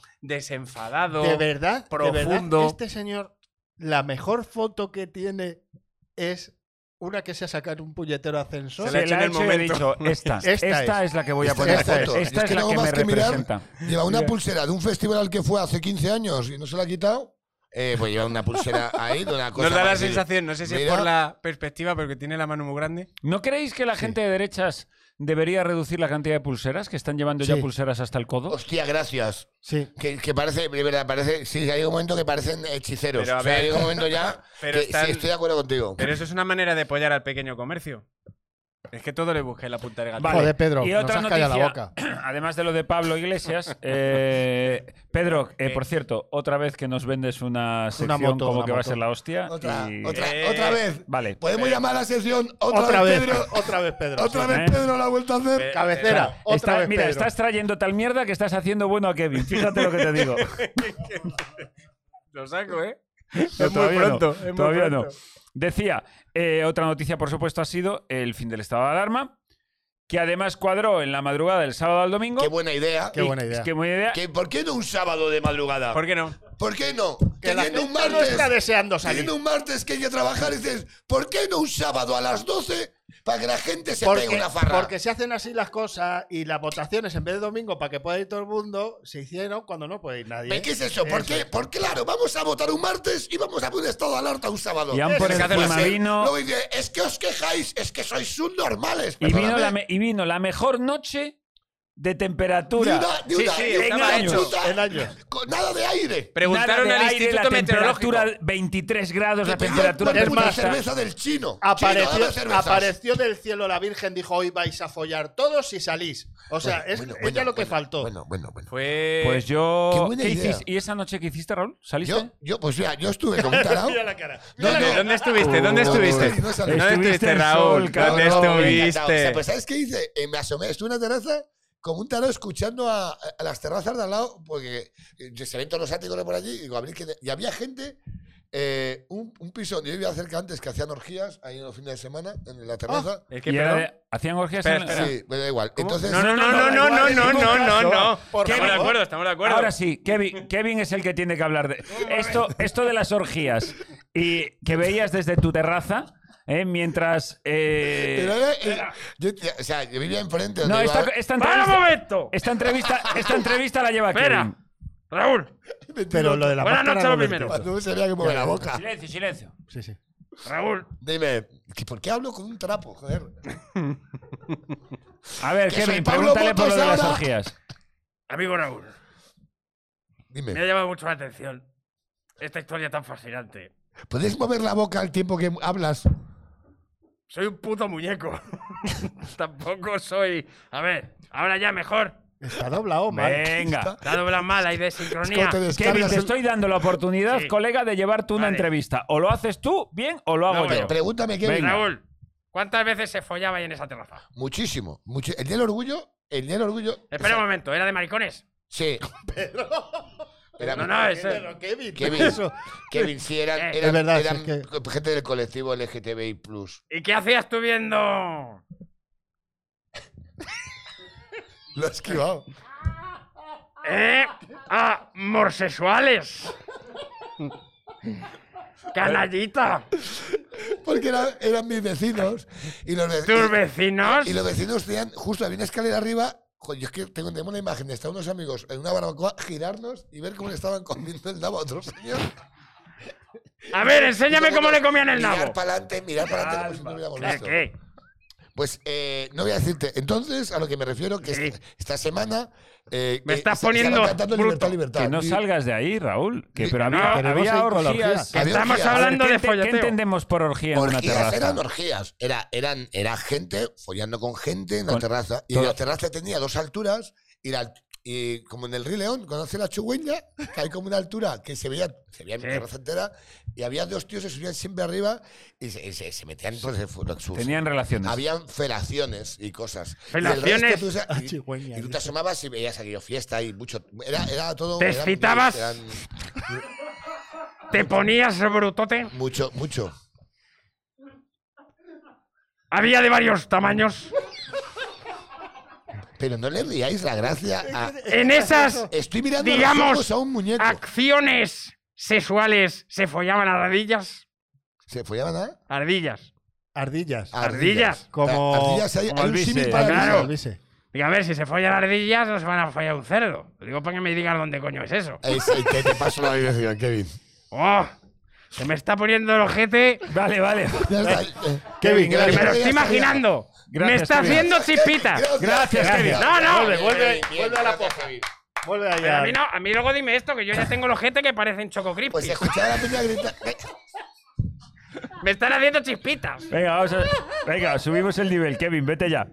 desenfadado.
De verdad, de
profundo.
verdad, este señor, la mejor foto que tiene es una que se ha sacado en un puñetero ascensor.
Se la- ha hecho en
ha
el
hecho y le he
momento.
dicho, esta, esta,
Esta
es. la que voy a
Esta
poner.
es la
Esta,
foto.
esta
Es
es
que
la
no
que
más
me
que mirar.
representa.
Lleva una pulsera de un festival al que fue hace 15 años y no se la ha quitado. Eh, pues lleva una pulsera ahí de una cosa.
Nos da la
parecida.
sensación, no sé si
Mira.
es por la perspectiva, porque tiene la mano muy grande.
¿No creéis que la gente de derechas debería reducir la cantidad de pulseras? Que están llevando ya
Sí.
pulseras hasta el codo.
Hostia, gracias.
Sí.
Que, que parece, de verdad, parece. Sí, hay un momento que parecen hechiceros.
Pero a
O sea,
ver.
hay un momento ya.
Pero
que,
están-
Sí, estoy de acuerdo contigo.
Pero eso es una manera de apoyar al pequeño comercio. Es que todo le busqué la punta del gato.
Vale.
Joder, Pedro,
Y
nos
otra
has callado la
noticia,
boca.
además de lo de Pablo Iglesias, eh, Pedro, eh,
Eh.
por cierto, otra vez que nos vendes una sección
moto,
como
una
que va a
moto.
ser la hostia.
Otra,
y-
otra,
Eh,
otra vez.
Vale.
Pues
Podemos llamar a la sesión otra,
Otra,
vez,
vez,
Pedro.
otra vez, Pedro.
Otra
sí.
vez,
Eh.
Pedro, la ha vuelto a hacer.
Pe-
Cabecera,
Pero-
otra
Está-
vez,
mira,
Pedro.
estás trayendo tal mierda que estás haciendo bueno a Kevin. Fíjate lo que te digo.
Lo saco, ¿eh?
No,
es muy
todavía no,
pronto. es muy
todavía
pronto.
no. Decía, eh, otra noticia, por supuesto, ha sido el fin del estado de alarma, que además cuadró en la madrugada del sábado al domingo.
Qué buena idea.
Qué
Y-
buena idea.
Es que buena idea.
Que, ¿Por qué no un sábado de madrugada?
¿Por qué no?
¿Por qué no?
Que la gente
Teniendo un
no
martes,
está deseando salir.
teniendo un martes que hay que trabajar, dices, ¿por qué no un sábado a las 12 para que la gente se pegue
Porque,
una farra?
porque se hacen así las cosas y las votaciones en vez de domingo para que pueda ir todo el mundo, se hicieron cuando no puede ir nadie.
¿Pero ¿Qué es eso? ¿Por
Eso
qué?
es.
Porque claro, vamos a votar un martes y vamos a poner estado de alerta un sábado.
Y han por
Eso no puede
encima
ser.
vino-
Luego dice, es que os quejáis, es que sois subnormales.
Y vino,
Perdóname.
la me- y vino la mejor noche de
Ni
temperatura.
una, ni
Sí,
una,
sí,
ni
estaba
una
hecho.
puta-
En años.
con nada de aire.
Nada
Preguntaron
de
al
aire,
Instituto
la
Meteorológico.
temperatura 23 grados, la
Te pedí
temperatura
un
que
cuerpo de
más
cerveza del chino. Chino,
Apareció,
dame cervezas.
apareció del cielo la Virgen, dijo, hoy vais a follar todos y salís. O sea,
Bueno,
es,
bueno,
es
bueno,
ya lo que
bueno,
faltó.
Bueno, bueno, bueno.
Fue.
Pues yo.
Qué buena idea.
hiciste? ¿Y esa noche que hiciste, Raúl? ¿Saliste?
Yo, yo, pues mira, yo estuve como un tarao.
Mira la cara.
No,
Mira la
no,
cara.
¿Dónde estuviste? ¿Dónde
Uh.
No, no,
estuviste?
no, no salí.
¿Dónde
Estuviste
estuviste,
en
Raúl?
sol, cabrón.
¿Dónde
encantado. O sea, pues
estuviste?
¿sabes qué hice? Eh, me asomé, estuve en una terraza como un tarao escuchando a, a las terrazas de al lado, porque eh, se ven todos los áticos de por allí, y digo, a ver, ¿quién es? y había gente, eh, un, un piso donde yo vivía cerca antes, que hacían orgías ahí en los fines de semana, en la terraza.
Es que,
Y era
perdón.
de- hacían orgías
Espera,
en-
espera.
sí, me da igual. Entonces,
No, no, no, no, no, no, no, no, no, no.
Por
Estamos de
favor.
acuerdo, estamos de acuerdo.
Ahora sí, Kevin, Kevin es el que tiene que hablar de esto, esto de las orgías y que veías desde tu terraza eh, mientras eh,
Pero era- eh, yo, te- o sea, yo vivía enfrente. donde
no
iba-
esta, esta
¡Para un
entrevista
momento!
esta entrevista esta entrevista la lleva
Espera.
Kevin.
Raúl,
Pero lo de la
Buenas
máscara
noches,
lo
lo primero.
vertigo.
Cuando se veía que mueve la boca.
Silencio, silencio.
Sí, sí.
Raúl.
Dime, ¿que ¿por qué hablo con un trapo? Joder.
A ver,
Que soy
Kevin,
Pablo
pregúntale por lo de
Motos
las
ahora.
orgías.
Amigo Raúl, me ha
Dime,
llamado mucho la atención esta historia tan fascinante.
¿podéis mover la boca al tiempo que hablas?
Soy un puto muñeco. Tampoco soy. A ver, ahora ya mejor.
Está doblado, mal.
Venga.
Dado la mala y de sincronía.
Te
Kevin,
descargas
te
el-
estoy dando la oportunidad,
Sí.
colega, de llevarte una
Vale.
entrevista. O lo haces tú bien o lo
No,
hago yo.
pero-
Pregúntame, Kevin.
Venga.
Raúl, ¿cuántas veces se follaba ahí en esa terraza?
Muchísimo. muchi- el día del orgullo, el día del orgullo.
Espera un momento, ¿era de maricones?
Sí. Pero.
No, no, es.
Pero, Kevin,
Kevin, Kevin, sí, eran,
Eh,
eran-
es verdad,
eran
sí, es
gente del colectivo LGTBI.
¿Y qué hacías tú viendo?
Lo has esquivado.
¿Eh? ¡Amorsexuales! ¡Canallita!
Porque era- eran mis vecinos. Y los, ve-
¿Tus
y-
vecinos?
Y los vecinos tenían, justo había una escalera arriba. jo, yo es que tengo, tenemos la imagen de estar unos amigos en una barbacoa, girarnos y ver cómo le estaban comiendo el nabo a otro señor.
A ver, enséñame cómo le comían el
Mirar
nabo.
para adelante, mirar para adelante como si no hubiéramos
¿Qué?
visto.
¿Qué?
Pues eh, no voy a decirte. Entonces, a lo que me refiero, que
Sí.
esta, esta semana. eh,
Me
que
estás
se- se estaban
poniendo
cantando
bruto.
libertad, libertad.
Que no
Y-
salgas de ahí, Raúl. Que,
Ni-
pero
No,
había,
queremos
había
ir con
orgías.
orgías.
había
Estamos
orgías.
hablando de
A ver, ¿qué ente- ¿Qué
folleteo.
entendemos por orgía en una
Orgías
terraza?
eran orgías, era, eran, era gente follando con gente en la
Con-
terraza. Y
todo.
la terraza tenía dos alturas y, la, y como en el Rey León, conoce la chugüeña, que hay como una altura que se veía, se veía en
Sí.
terraza entera y había dos tíos que subían siempre arriba y se, y se- se metían pues, en fu- sus-
Tenían relaciones.
Habían felaciones y cosas.
Felaciones.
Y, el resto, tú sa-
Ah,
y-
chigüeña,
y tú
dice.
te asomabas y veías aquello fiesta y mucho. Era, era todo.
Te
eran-
excitabas.
eran
¿Te ponías brutote?
mucho, mucho.
Había de varios tamaños.
Pero no le ríais la gracia a.
En esas
Estoy mirando a los
Digamos,
ojos a un muñeco.
acciones sexuales se follaban ardillas.
¿Se follaban a?
Ardillas.
Ardillas.
Ah,
Ardillas.
Como-
Ardillas, hay,
como
hay un
Alvise.
símil
Al
para
Claro.
bise, al bise.
Digo, a ver, si se follan ardillas, no se van a follar un cerdo. Lo digo para que me digan dónde coño es eso.
Alvise. Es- te, te paso la dirección, Kevin.
¡Oh! Se me está poniendo el ojete.
Vale, vale.
Ya está, eh.
Kevin,
que
gracias.
Me lo
Gracias,
estoy imaginando.
Gracias,
me está
Kevin.
haciendo chispita.
Gracias, Kevin.
No, no.
Vuelve, vuelve,
Bien,
vuelve a la
gracias,
poca.
Kevin.
Vuelve ahí
Pero a
al-
mí, no, a mí luego dime esto, que yo ya tengo el ojete que parecen Choco Crispy.
Pues escuchaba a la peña gritar. eh,
Me están haciendo chispitas.
Venga, vamos a- Venga, subimos el nivel. Kevin, vete ya.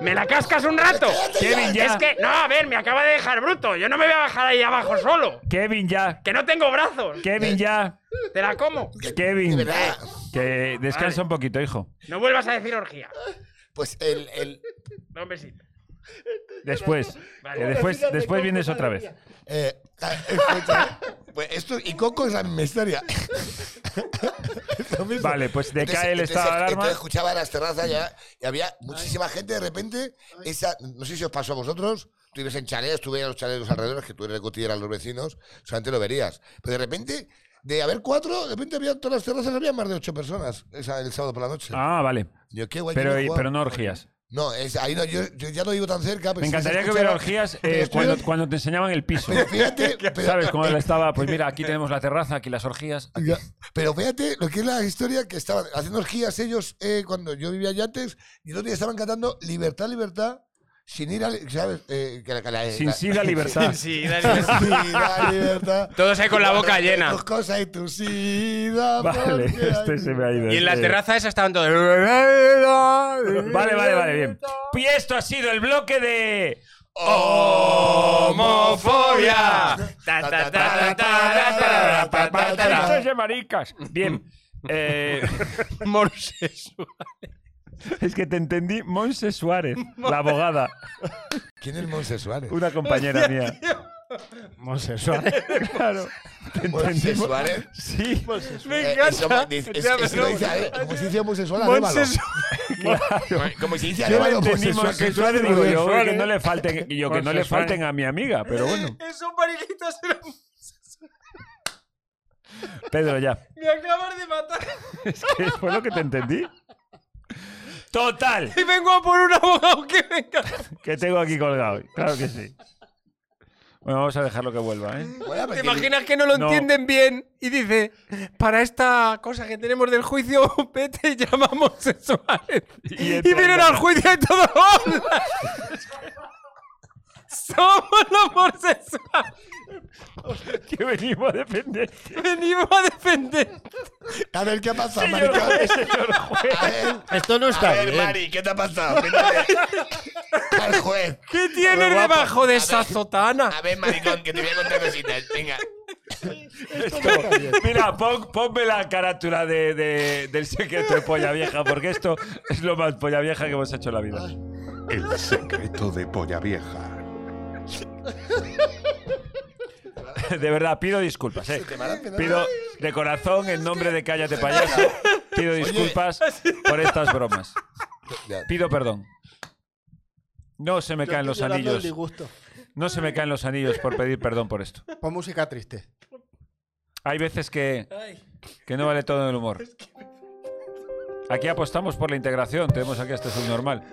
¿Me la cascas un rato?
Kevin, ya.
Es que, no, a ver, me acaba de dejar bruto. Yo no me voy a bajar ahí abajo solo.
Kevin, ya.
Que no tengo brazos.
Kevin, ya.
Te la como.
Kevin.
de verdad.
Que
Vale.
descansa un poquito, hijo.
No vuelvas a decir orgía.
Pues el, el,
No, un besito.
Después.
Vale.
Que después después vienes otra vez.
eh, ah, escucha, eh. pues esto y Coco es la misma historia.
Vale, pues decae el estado de
Entonces- entonces-
alarma.
Entonces escuchaba las terrazas ya y había muchísima gente de repente. Esa, no sé si os pasó a vosotros. Tú ibas en chalés, tú veías los chalés de los alrededores, que tú recogieras los vecinos, solamente lo verías. Pero de repente, de haber cuatro, de repente había en todas las terrazas, había más de ocho personas esa- el sábado por la noche.
Ah, vale.
Yo, qué guay,
Pero,
qué guay.
pero no orgías.
No, es- ahí no, yo, yo ya no vivo tan cerca. Pero
Me
sí
encantaría
se
que hubiera
escuchaba-
orgías eh,
pero pues, estoy-
cuando, cuando te enseñaban el piso.
Pero fíjate, pero-
¿Sabes? Cuando la estaba, pues mira, aquí tenemos la terraza, aquí las orgías.
Ya, Pero fíjate lo que es la historia que estaban haciendo orgías ellos eh, cuando yo vivía allá antes y el otro día estaban cantando Libertad, Libertad. sin ir a. li- ¿Sabes? Eh, que la- que la-
Sin
la-
sida, libertad.
Sí,
Sin sida, libertad.
Todos ahí con la boca
Guarda
llena.
Tus cosas y tu sida.
Vale,
porque
este
hay-
se me ha ido.
Y en la
este.
terraza esa estaban todos. Vale,
Vale, vale, vale, bien. Y esto ha sido el bloque de.
¡Homofobia! Ta, ta, ta, ta, ta, ta, ta, ta, ta, ta, ta.
Chistes de maricas. Bien. Eh,
Morsesu.
es que te entendí, Monse Suárez, la abogada,
¿Quién es Monse Suárez?
una compañera mía.
Monse Suárez.
Claro. Te
Monse
entendí.
Suárez.
Sí,
Me
Eh, eso
encanta.
dice-
O
es-
sea,
es- lo
pero-
dice, a ver, Como si dice homosexual,
Monse
alévalo.
Suárez.
Como si dice
yo la
alévalo,
entendí
homosexual,
Monse
que tú
Suárez.
eres
Digo pues yo Pues
homosexual,
que
¿eh?
no le falten, y yo que no
Monse
le
Suárez.
falten a mi amiga, pero bueno.
Esos parejitas eran.
Pedro, ya.
Me acabas de matar.
Es que fue lo que te entendí. Total,
Y vengo a por un abogado que venga.
que tengo aquí colgado. Claro que sí. Bueno, vamos a dejarlo que vuelva, ¿eh?
Bueno, pues
¿Te
porque-
imaginas que no lo
No.
entienden bien? Y dice, para esta cosa que tenemos del juicio, vete y llamamos sexuales.
Y
Y,
entra
vienen
la-
al juicio y todos... "Hola". Somos los homosexuales.
Que venimos a defender.
Venimos a defender.
A ver, ¿qué ha pasado,
Señor,
maricón?
señor juez.
A ver,
Esto no
a
está
ver,
bien.
Mari, ¿qué te ha pasado? Cuéntame. Al juez.
¿Qué tienes debajo de esa sotana?
A ver, maricón, que te voy a contar cositas. Venga.
Mira, pon- ponme la carátula de, de- del secreto de polla vieja, porque esto es lo más polla vieja que hemos hecho en la vida.
El secreto de Polla Vieja.
De verdad, pido disculpas, ¿eh? Pido de corazón, en nombre de Cállate Payaso, pido disculpas por estas bromas.
Ya.
Pido perdón. No se me caen los anillos. No se me caen los anillos por pedir perdón por esto.
Pon música triste.
Hay veces que, que no vale todo en el humor. Aquí apostamos por la integración. Tenemos aquí a este subnormal.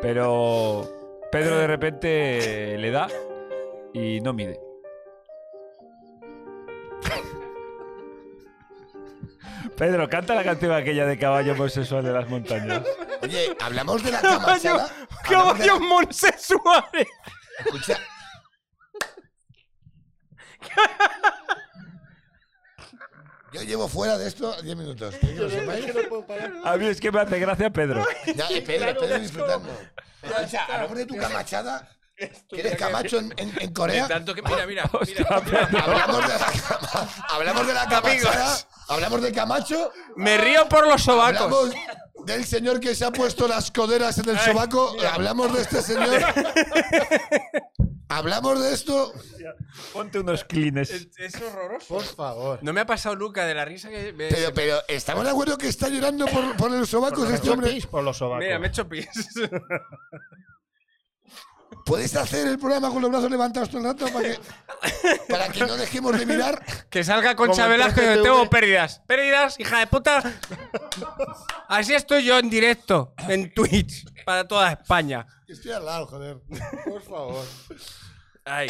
Pero Pedro de repente le da y no mide. Pedro, canta la canción aquella de caballo homosexual de las montañas.
Oye, hablamos de la cama,
Caballo,
chala? Hablamos de la-
caballo homosexuales.
Escucha. Yo llevo fuera de esto 10 minutos. ¿Quieres que lo sepáis?
A mí es que me hace gracia Pedro.
Ya, eh, Pedro, Pedro disfrutando. Escucha, hablamos de tu camachada. ¿Que eres camacho en, en- en Corea?
Tanto que, mira, mira.
Hostia, Pedro.
Hablamos de la cama. Hablamos de la camachada. Hablamos de Camacho.
Me río por los sobacos.
Hablamos del señor que se ha puesto las coderas en el sobaco. Hablamos de este señor. Hablamos de esto.
Ponte unos clines.
es horroroso.
Por favor.
No me ha pasado Luca de la risa que. Me,
Pero, pero, ¿estamos de acuerdo que está llorando por, por los sobacos este hombre?
por los sobacos.
mira, me he hecho pis.
¿Puedes hacer el programa con los brazos levantados todo el rato para que, para que no dejemos de mirar?
que salga con
Como
Chabelas que
entonces te
tengo
une-
pérdidas. Pérdidas, hija de puta. Así estoy yo en directo, en Twitch, para toda España.
Estoy al lado, joder.
Por favor.
Ay,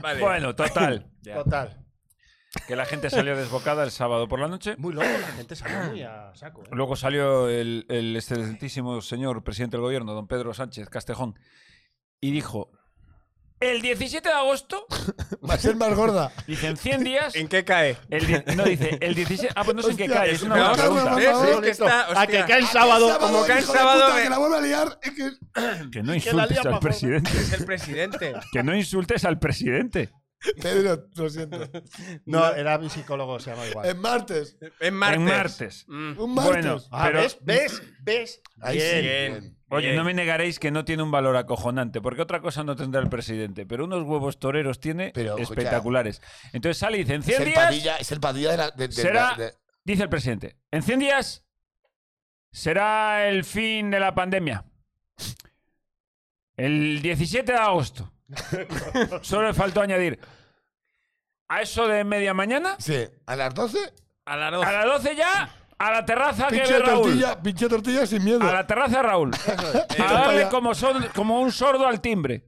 vale.
Bueno, total.
¿Eh?
Total.
Que la gente salió desbocada el sábado por la noche.
Muy loco, la gente sale muy a saco. ¿eh?
Luego salió el, el excelentísimo señor presidente del gobierno, don Pedro Sánchez Castejón, y dijo: El 17 de agosto,
Va a ser más gorda.
dice en 100 días.
¿En qué cae?
el die- no, dice el 17. Ah, pues no sé en qué
Hostia,
cae, es una
me
buena
acabo de
pregunta.
Por favor.
¿Ves? Es que está,
A que
hostia.
cae el
Ah,
sábado.
como que el
hijo de
sábado
puta,
de-
que la vuelva a liar. Es que...
Que no
Que la
insultes
lía
al
pa'
presidente.
Es el presidente.
Que no insultes al presidente.
Pedro, lo siento.
No, era mi psicólogo, se llama igual.
Es martes.
En martes.
En martes.
Mm.
Un martes.
Bueno,
Ah,
pero
¿Ves? ¿Ves? ¿Ves?
Ahí sí.
Bien.
bien.
Oye,
Bien.
no me negaréis que no tiene un valor acojonante, porque otra cosa no tendrá el presidente, pero unos huevos toreros tiene
Pero, escucha.
espectaculares. Entonces sale y dice, en
Es
100
el,
días,
padilla, es el padilla de la. de- de-
será,
de- de-
dice el presidente, en 100 días será el fin de la pandemia. El 17 de agosto. Solo le faltó añadir, a eso de media mañana,
Sí, a las 12,
A las
a
12.
las 12 ya, a la terraza que
pinche
ve Raúl.
tortilla, pinche tortilla sin miedo.
A la terraza Raúl. A darle como, son- como un sordo al timbre.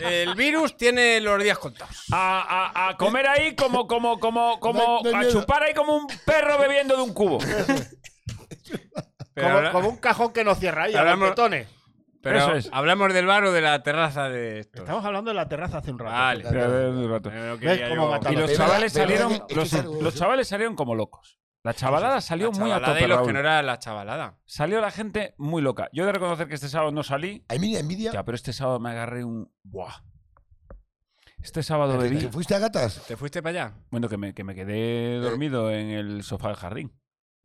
El virus tiene los días contados.
a, a- a comer ahí como como como como
No hay- no hay
a
miedo.
chupar ahí como un perro bebiendo de un cubo.
Pero
como,
ahora-
como un cajón que no cierra ahí, a
ahora
los
hemos-
botones.
Pero
Eso es.
hablamos del bar o de la terraza de esto.
Estamos hablando de la terraza hace un rato.
Vale.
Pero, eh, un rato.
Pero quería
cómo
yo-
mata
Y
Pero
los
es
chavales
verdad,
salieron,
es que
los,
es algo-
los chavales salieron como locos. La chavalada salió
la
muy a
chavalada
tope.
y los que
Raúl.
no era la chavalada.
Salió la gente muy loca. Yo he de reconocer que este sábado no salí.
¿Hay media envidia?
Ya, pero este sábado me agarré un. Buah. Este sábado bebí.
¿Te fuiste a gatas?
¿Te fuiste para allá?
Bueno, que me, que me quedé dormido en el sofá del jardín.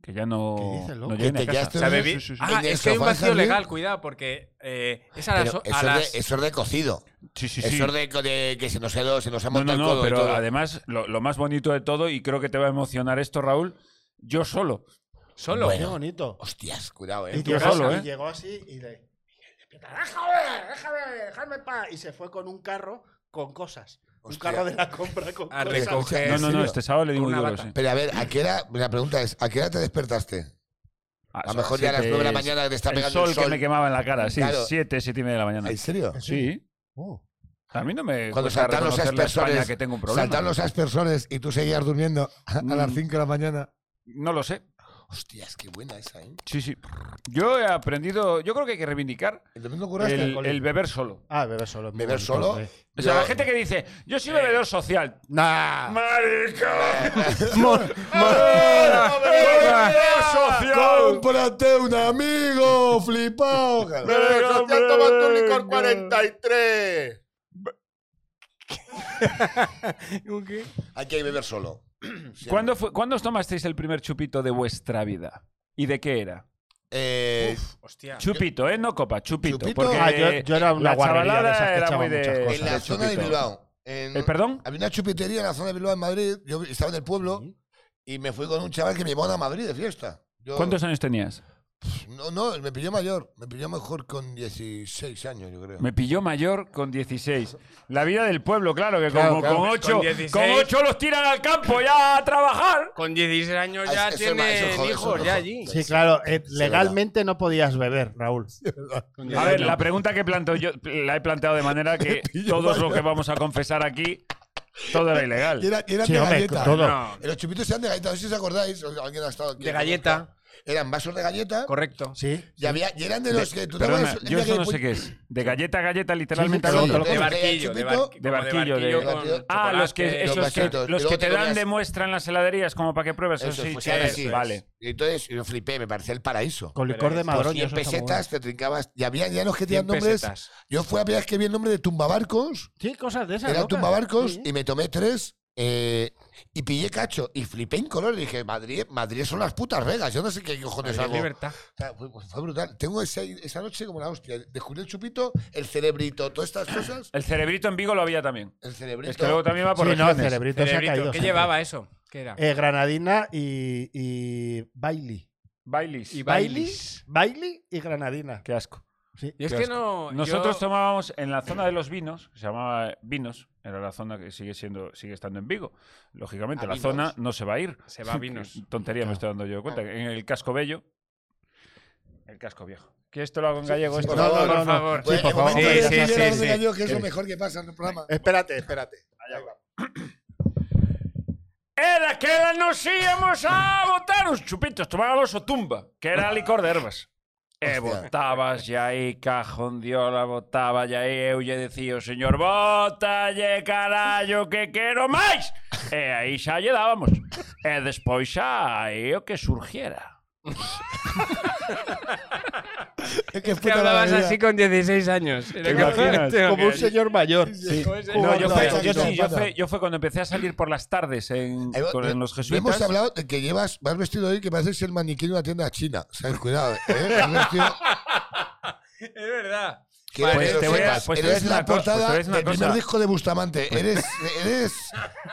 Que ya no.
¿Qué dices, loco?
no
¿Que
llegué ni
te
a casa.
quedaste
O sea,
dormido?
bebí-
sí, sí.
Ah,
¿En el
es que hay un
sofá del
vacío
jardín?
legal, cuidado, porque eh, es a
Pero
las, o- a
eso,
las-
es de, eso es de cocido.
Sí, sí, sí.
Eso es de, co- de que se nos, ha ido- se nos ha
No, no,
montado el
no,
codo. y
pero
todo.
además, lo, lo más bonito de todo, y creo que te va a emocionar esto, Raúl, yo solo.
solo.
Qué
Bueno.
bonito.
Hostias, cuidado,
Y
eh.
tú
llegó,
solo,
y
¿eh?
llegó así y le. y le despierta, ¡Déjame! ¡Déjame! ¡Dejadme en paz! Y se fue con un carro con cosas. Un
Hostia.
carro de la compra con
A
cosas.
recoger.
Eh,
No, no, no,
serio?
este sábado le di
Con
muy
una
duro,
bata.
sí.
Pero a ver, ¿a qué hora? La pregunta es, ¿a qué hora te despertaste? A
son
lo mejor ya a las
Ah, siete,
nueve de la mañana que te está
el
pegando
sol,
el sol.
que me quemaba en la cara, sí,
Claro.
7, 7 y media de la mañana.
¿En serio?
Sí.
Oh.
A mí no me
Cuando
cuesta
saltaron los
reconocerle a España
aspersores,
que tengo un problema.
saltaron los aspersores y tú seguías durmiendo a a las
Mm.
5 de la mañana.
No lo sé.
Hostias, qué buena esa, ¿eh?
Sí, sí. Yo he aprendido, yo creo que hay que reivindicar
El domingo curaste.
el, el beber solo.
Ah, beber solo. es muy
Beber
bonito,
solo.
hombre.
O sea,
Yo- Eh.
la gente que dice, yo soy bebedor social.
Nah.
¡Bebedor social!
¡Cómprate un amigo! ¡Flipao!
Pero social,
hombre,
tómate un licor
no.
43.
Hay que beber solo. Siempre.
¿Cuándo, fue- ¿Cuándo os tomasteis el primer chupito de vuestra vida? ¿Y de qué era?
Eh,
Hostia.
Chupito, ¿eh? No copa, chupito.
Chupito.
Porque
Ah, yo, yo era una
la
guarrería de
chavalada
esas que
era
echaba
muy de...
muchas cosas.
en la
del
zona de
chupito.
Bilbao. en-
¿Eh, ¿Perdón?
Había una chupitería en la zona de Bilbao, en Madrid. Yo estaba en el pueblo y me fui con un chaval que me llevó a Madrid de fiesta. Yo-
¿Cuántos años tenías?
No, no, me pilló mayor. Me pilló mejor con 16 años, yo creo.
Me pilló mayor con 16. La vida del pueblo, claro, que
Claro,
como
claro.
con 8
Con
con
16.
ocho los tiran al campo ya a trabajar.
Con 16 años
Ah,
ya
eso es
tienen
más- eso es joven, eso es
hijos, ya
joven.
allí.
Sí, claro. eh,
Sí,
legalmente no podías beber, Raúl.
A ver, la pregunta que planteo yo la he planteado de manera que todos los que vamos a confesar aquí, todo era
Y
ilegal.
era- y eran
Sí,
de
hombre,
galleta.
todo.
No,
Los chupitos eran de galleta, no sé si os acordáis. o Alguien ha estado aquí.
de galleta,
Eran vasos de galleta.
correcto.
Sí.
Y, había, y eran de los que tú te
Perdona,
acuerdas el
yo
día
eso
que
no sé
pu-
qué es. De galleta a galleta, literalmente
Sí, sí,
al
sí,
otro.
sí.
De barquillo,
chupito,
de, barqui- como
de
de
barquillo,
barquillo.
de-
con
barquillo.
Ah, los que,
chocolate.
esos
los
que,
vasitos, y
los
luego
que
te
te dan
comías-
de muestra en las heladerías como para que pruebes. Eso, sí,
pues,
sí,
eran
es,
así.
vale.
Y entonces yo flipé, me parecía el paraíso.
Con licor de
Por
madrón.
100
eso está muy
pesetas te trincabas. Y había ya los que
100
tenían nombres.
pesetas.
Yo fue la primera vez que vi el nombre de Tumbabarcos.
bueno. Sí, cosas de esas.
Era
locas.
Tumbabarcos
Sí.
y me tomé tres. eh, y pillé cacho y flipé en color. Y dije, Madrid, Madrid son las putas regas. Yo no sé qué cojones
Madrid,
hago.
libertad.
O sea, fue, fue brutal. Tengo ese- esa noche como la hostia. Descubrí el chupito, el cerebrito, todas estas cosas.
El cerebrito en Vigo lo había también.
El cerebrito.
Es que luego también va por
Sí, no, el
regiones.
cerebrito se ha
Cerebrito,
caído.
¿Qué
siempre.
llevaba eso? ¿Qué era?
Eh, Granadina y, y Bailey.
Baileys.
Y
Bailey,
Baileys.
Bailey y Granadina.
Qué asco.
Yo es
Qué
que
asco.
no.
Nosotros
yo-
tomábamos en la zona de los vinos, que se llamaba Vinos, era la zona que sigue siendo, sigue estando en Vigo. Lógicamente,
A
la
vinos.
zona no se va a ir.
Ah, Se va a vinos.
Tontería me estoy dando yo cuenta. En el casco bello. El casco viejo. ¿Que esto lo hago en gallego? Esto
por
lo hago-
favor,
por favor.
Pues,
Sí, por
de momento,
favor.
ya
Sí,
estoy
sí,
hablando
sí,
de
sí.
yo, que es lo mejor que pasa en el programa.
Eh,
Espérate, espérate.
Era que era nos íbamos a botar uns chupitos, tomábamos o tumba, que era licor de herbas. E
Hostia.
botabas e aí, cajondiola, botaba e aí, eu lle decía o señor, botalle, carallo, que quero máis! E aí xa lle dábamos. E despois xa aí o que surgiera.
Es que, es
Que
puta
hablabas
maravilla.
así con 16 años. Era este
¿Te
que-
imaginas?
tengo
Como un
que-
señor mayor.
como ese-
No, yo fue,
Jugando
yo,
ahí,
sí, yo,
jugando.
fue, yo fue cuando empecé a salir por las tardes en,
Eh,
con,
eh,
en los
Hemos
jesuitas.
hablado de que llevas, vas vestido hoy que pareces el maniquí de una tienda china. O sea, cuidado, ¿eh? Has vestido
Es verdad.
que
Pues
eres-
te voy a-
sepas,
pues te voy a
eres
decir
la
una cosa, pues te voy a
portada
decir una
del primer
cosa.
disco de Bustamante. Eres, eres.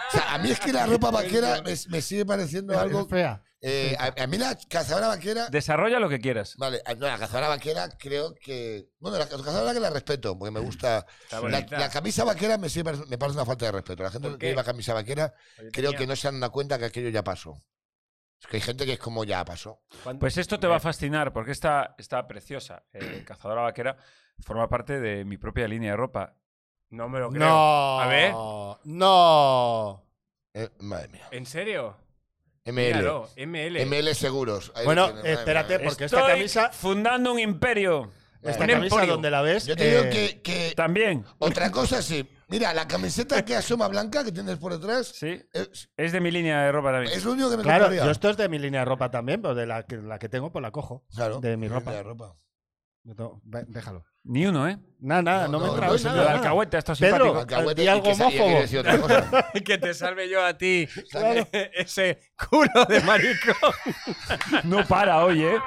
O sea, a mí es que la ropa vaquera me, me sigue pareciendo algo.
fea.
eh, a, a mí la cazadora vaquera.
Desarrolla lo que quieras.
Vale, a- no, la cazadora vaquera creo que. Bueno, la cazadora vaquera la respeto, porque me gusta. La,
Mm. bonita.
la camisa vaquera me, sigue parec- me parece una falta de respeto. La gente
¿Por
que
qué?
lleva camisa vaquera
Yo
creo
tenía-
que no se han dado cuenta que aquello ya pasó. Es que hay gente que es como ya pasó.
Pues esto
Eh.
te va a fascinar porque esta, esta preciosa eh, cazadora vaquera forma parte de mi propia línea de ropa.
No me lo creo.
No.
A ver.
No.
Eh, madre mía.
¿En serio?
ML.
Míralo, ML.
ML Seguros. Ahí lo
Bueno,
tiene, madre
espérate,
mía.
porque
Estoy
esta camisa.
fundando un imperio.
Esta
Un
camisa
emporio.
donde la ves.
Yo te digo
eh,
que, que
También,
otra cosa sí. Mira, la camiseta que asoma blanca que tienes por detrás
sí.
es,
Es de mi línea de ropa también.
es lo único que me
Claro,
compraría.
yo esto es de mi línea de ropa también, pero de la que, la que tengo, pues la cojo.
Claro,
de mi
es
ropa.
la ropa.
Yo tengo- ve- Déjalo.
Ni uno, ¿eh?
Nada, nada,
No,
no, me
no,
entra
no
hoy
es
nada,
Lo de
nada.
alcahuete, esto es
Pedro,
simpático.
Alcahuete
Di
y
algo
que sa- y aquí
homófobo.
decía otra cosa.
que te salve yo a ti ese culo de maricón.
No para hoy, ¿eh?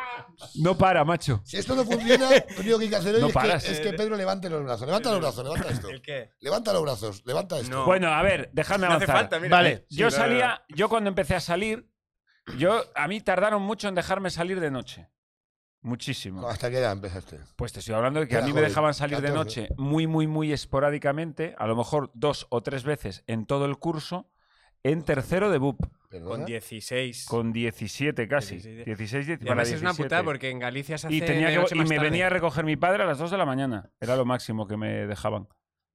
No para, macho.
Si esto no funciona, lo único que hay que hacer hoy
No
es,
paras.
que, es que Pedro levante los brazos. Levanta los brazos, levanta esto.
qué?
Levanta los brazos, levanta esto.
No.
Bueno, a ver, déjame
No hace
avanzar.
falta, mira.
Vale.
Sí,
yo
no, no, no.
salía, yo cuando empecé a salir, yo a mí tardaron mucho en dejarme salir de noche. Muchísimo.
¿Hasta qué edad empezaste?
Pues te estoy hablando de que a
Era
mí me
joven,
dejaban salir de
14.
noche muy, muy, muy esporádicamente, a lo mejor dos o tres veces en todo el curso, en tercero de BUP,
¿Perdona?
Con 16.
con 17 casi.
16.
16, 17.
Y además es una putada porque en Galicia se hace
Y, tenía
de
que,
noche
y
más
me
tarde.
venía a recoger mi padre a las 2 de la mañana. Era lo máximo que me dejaban.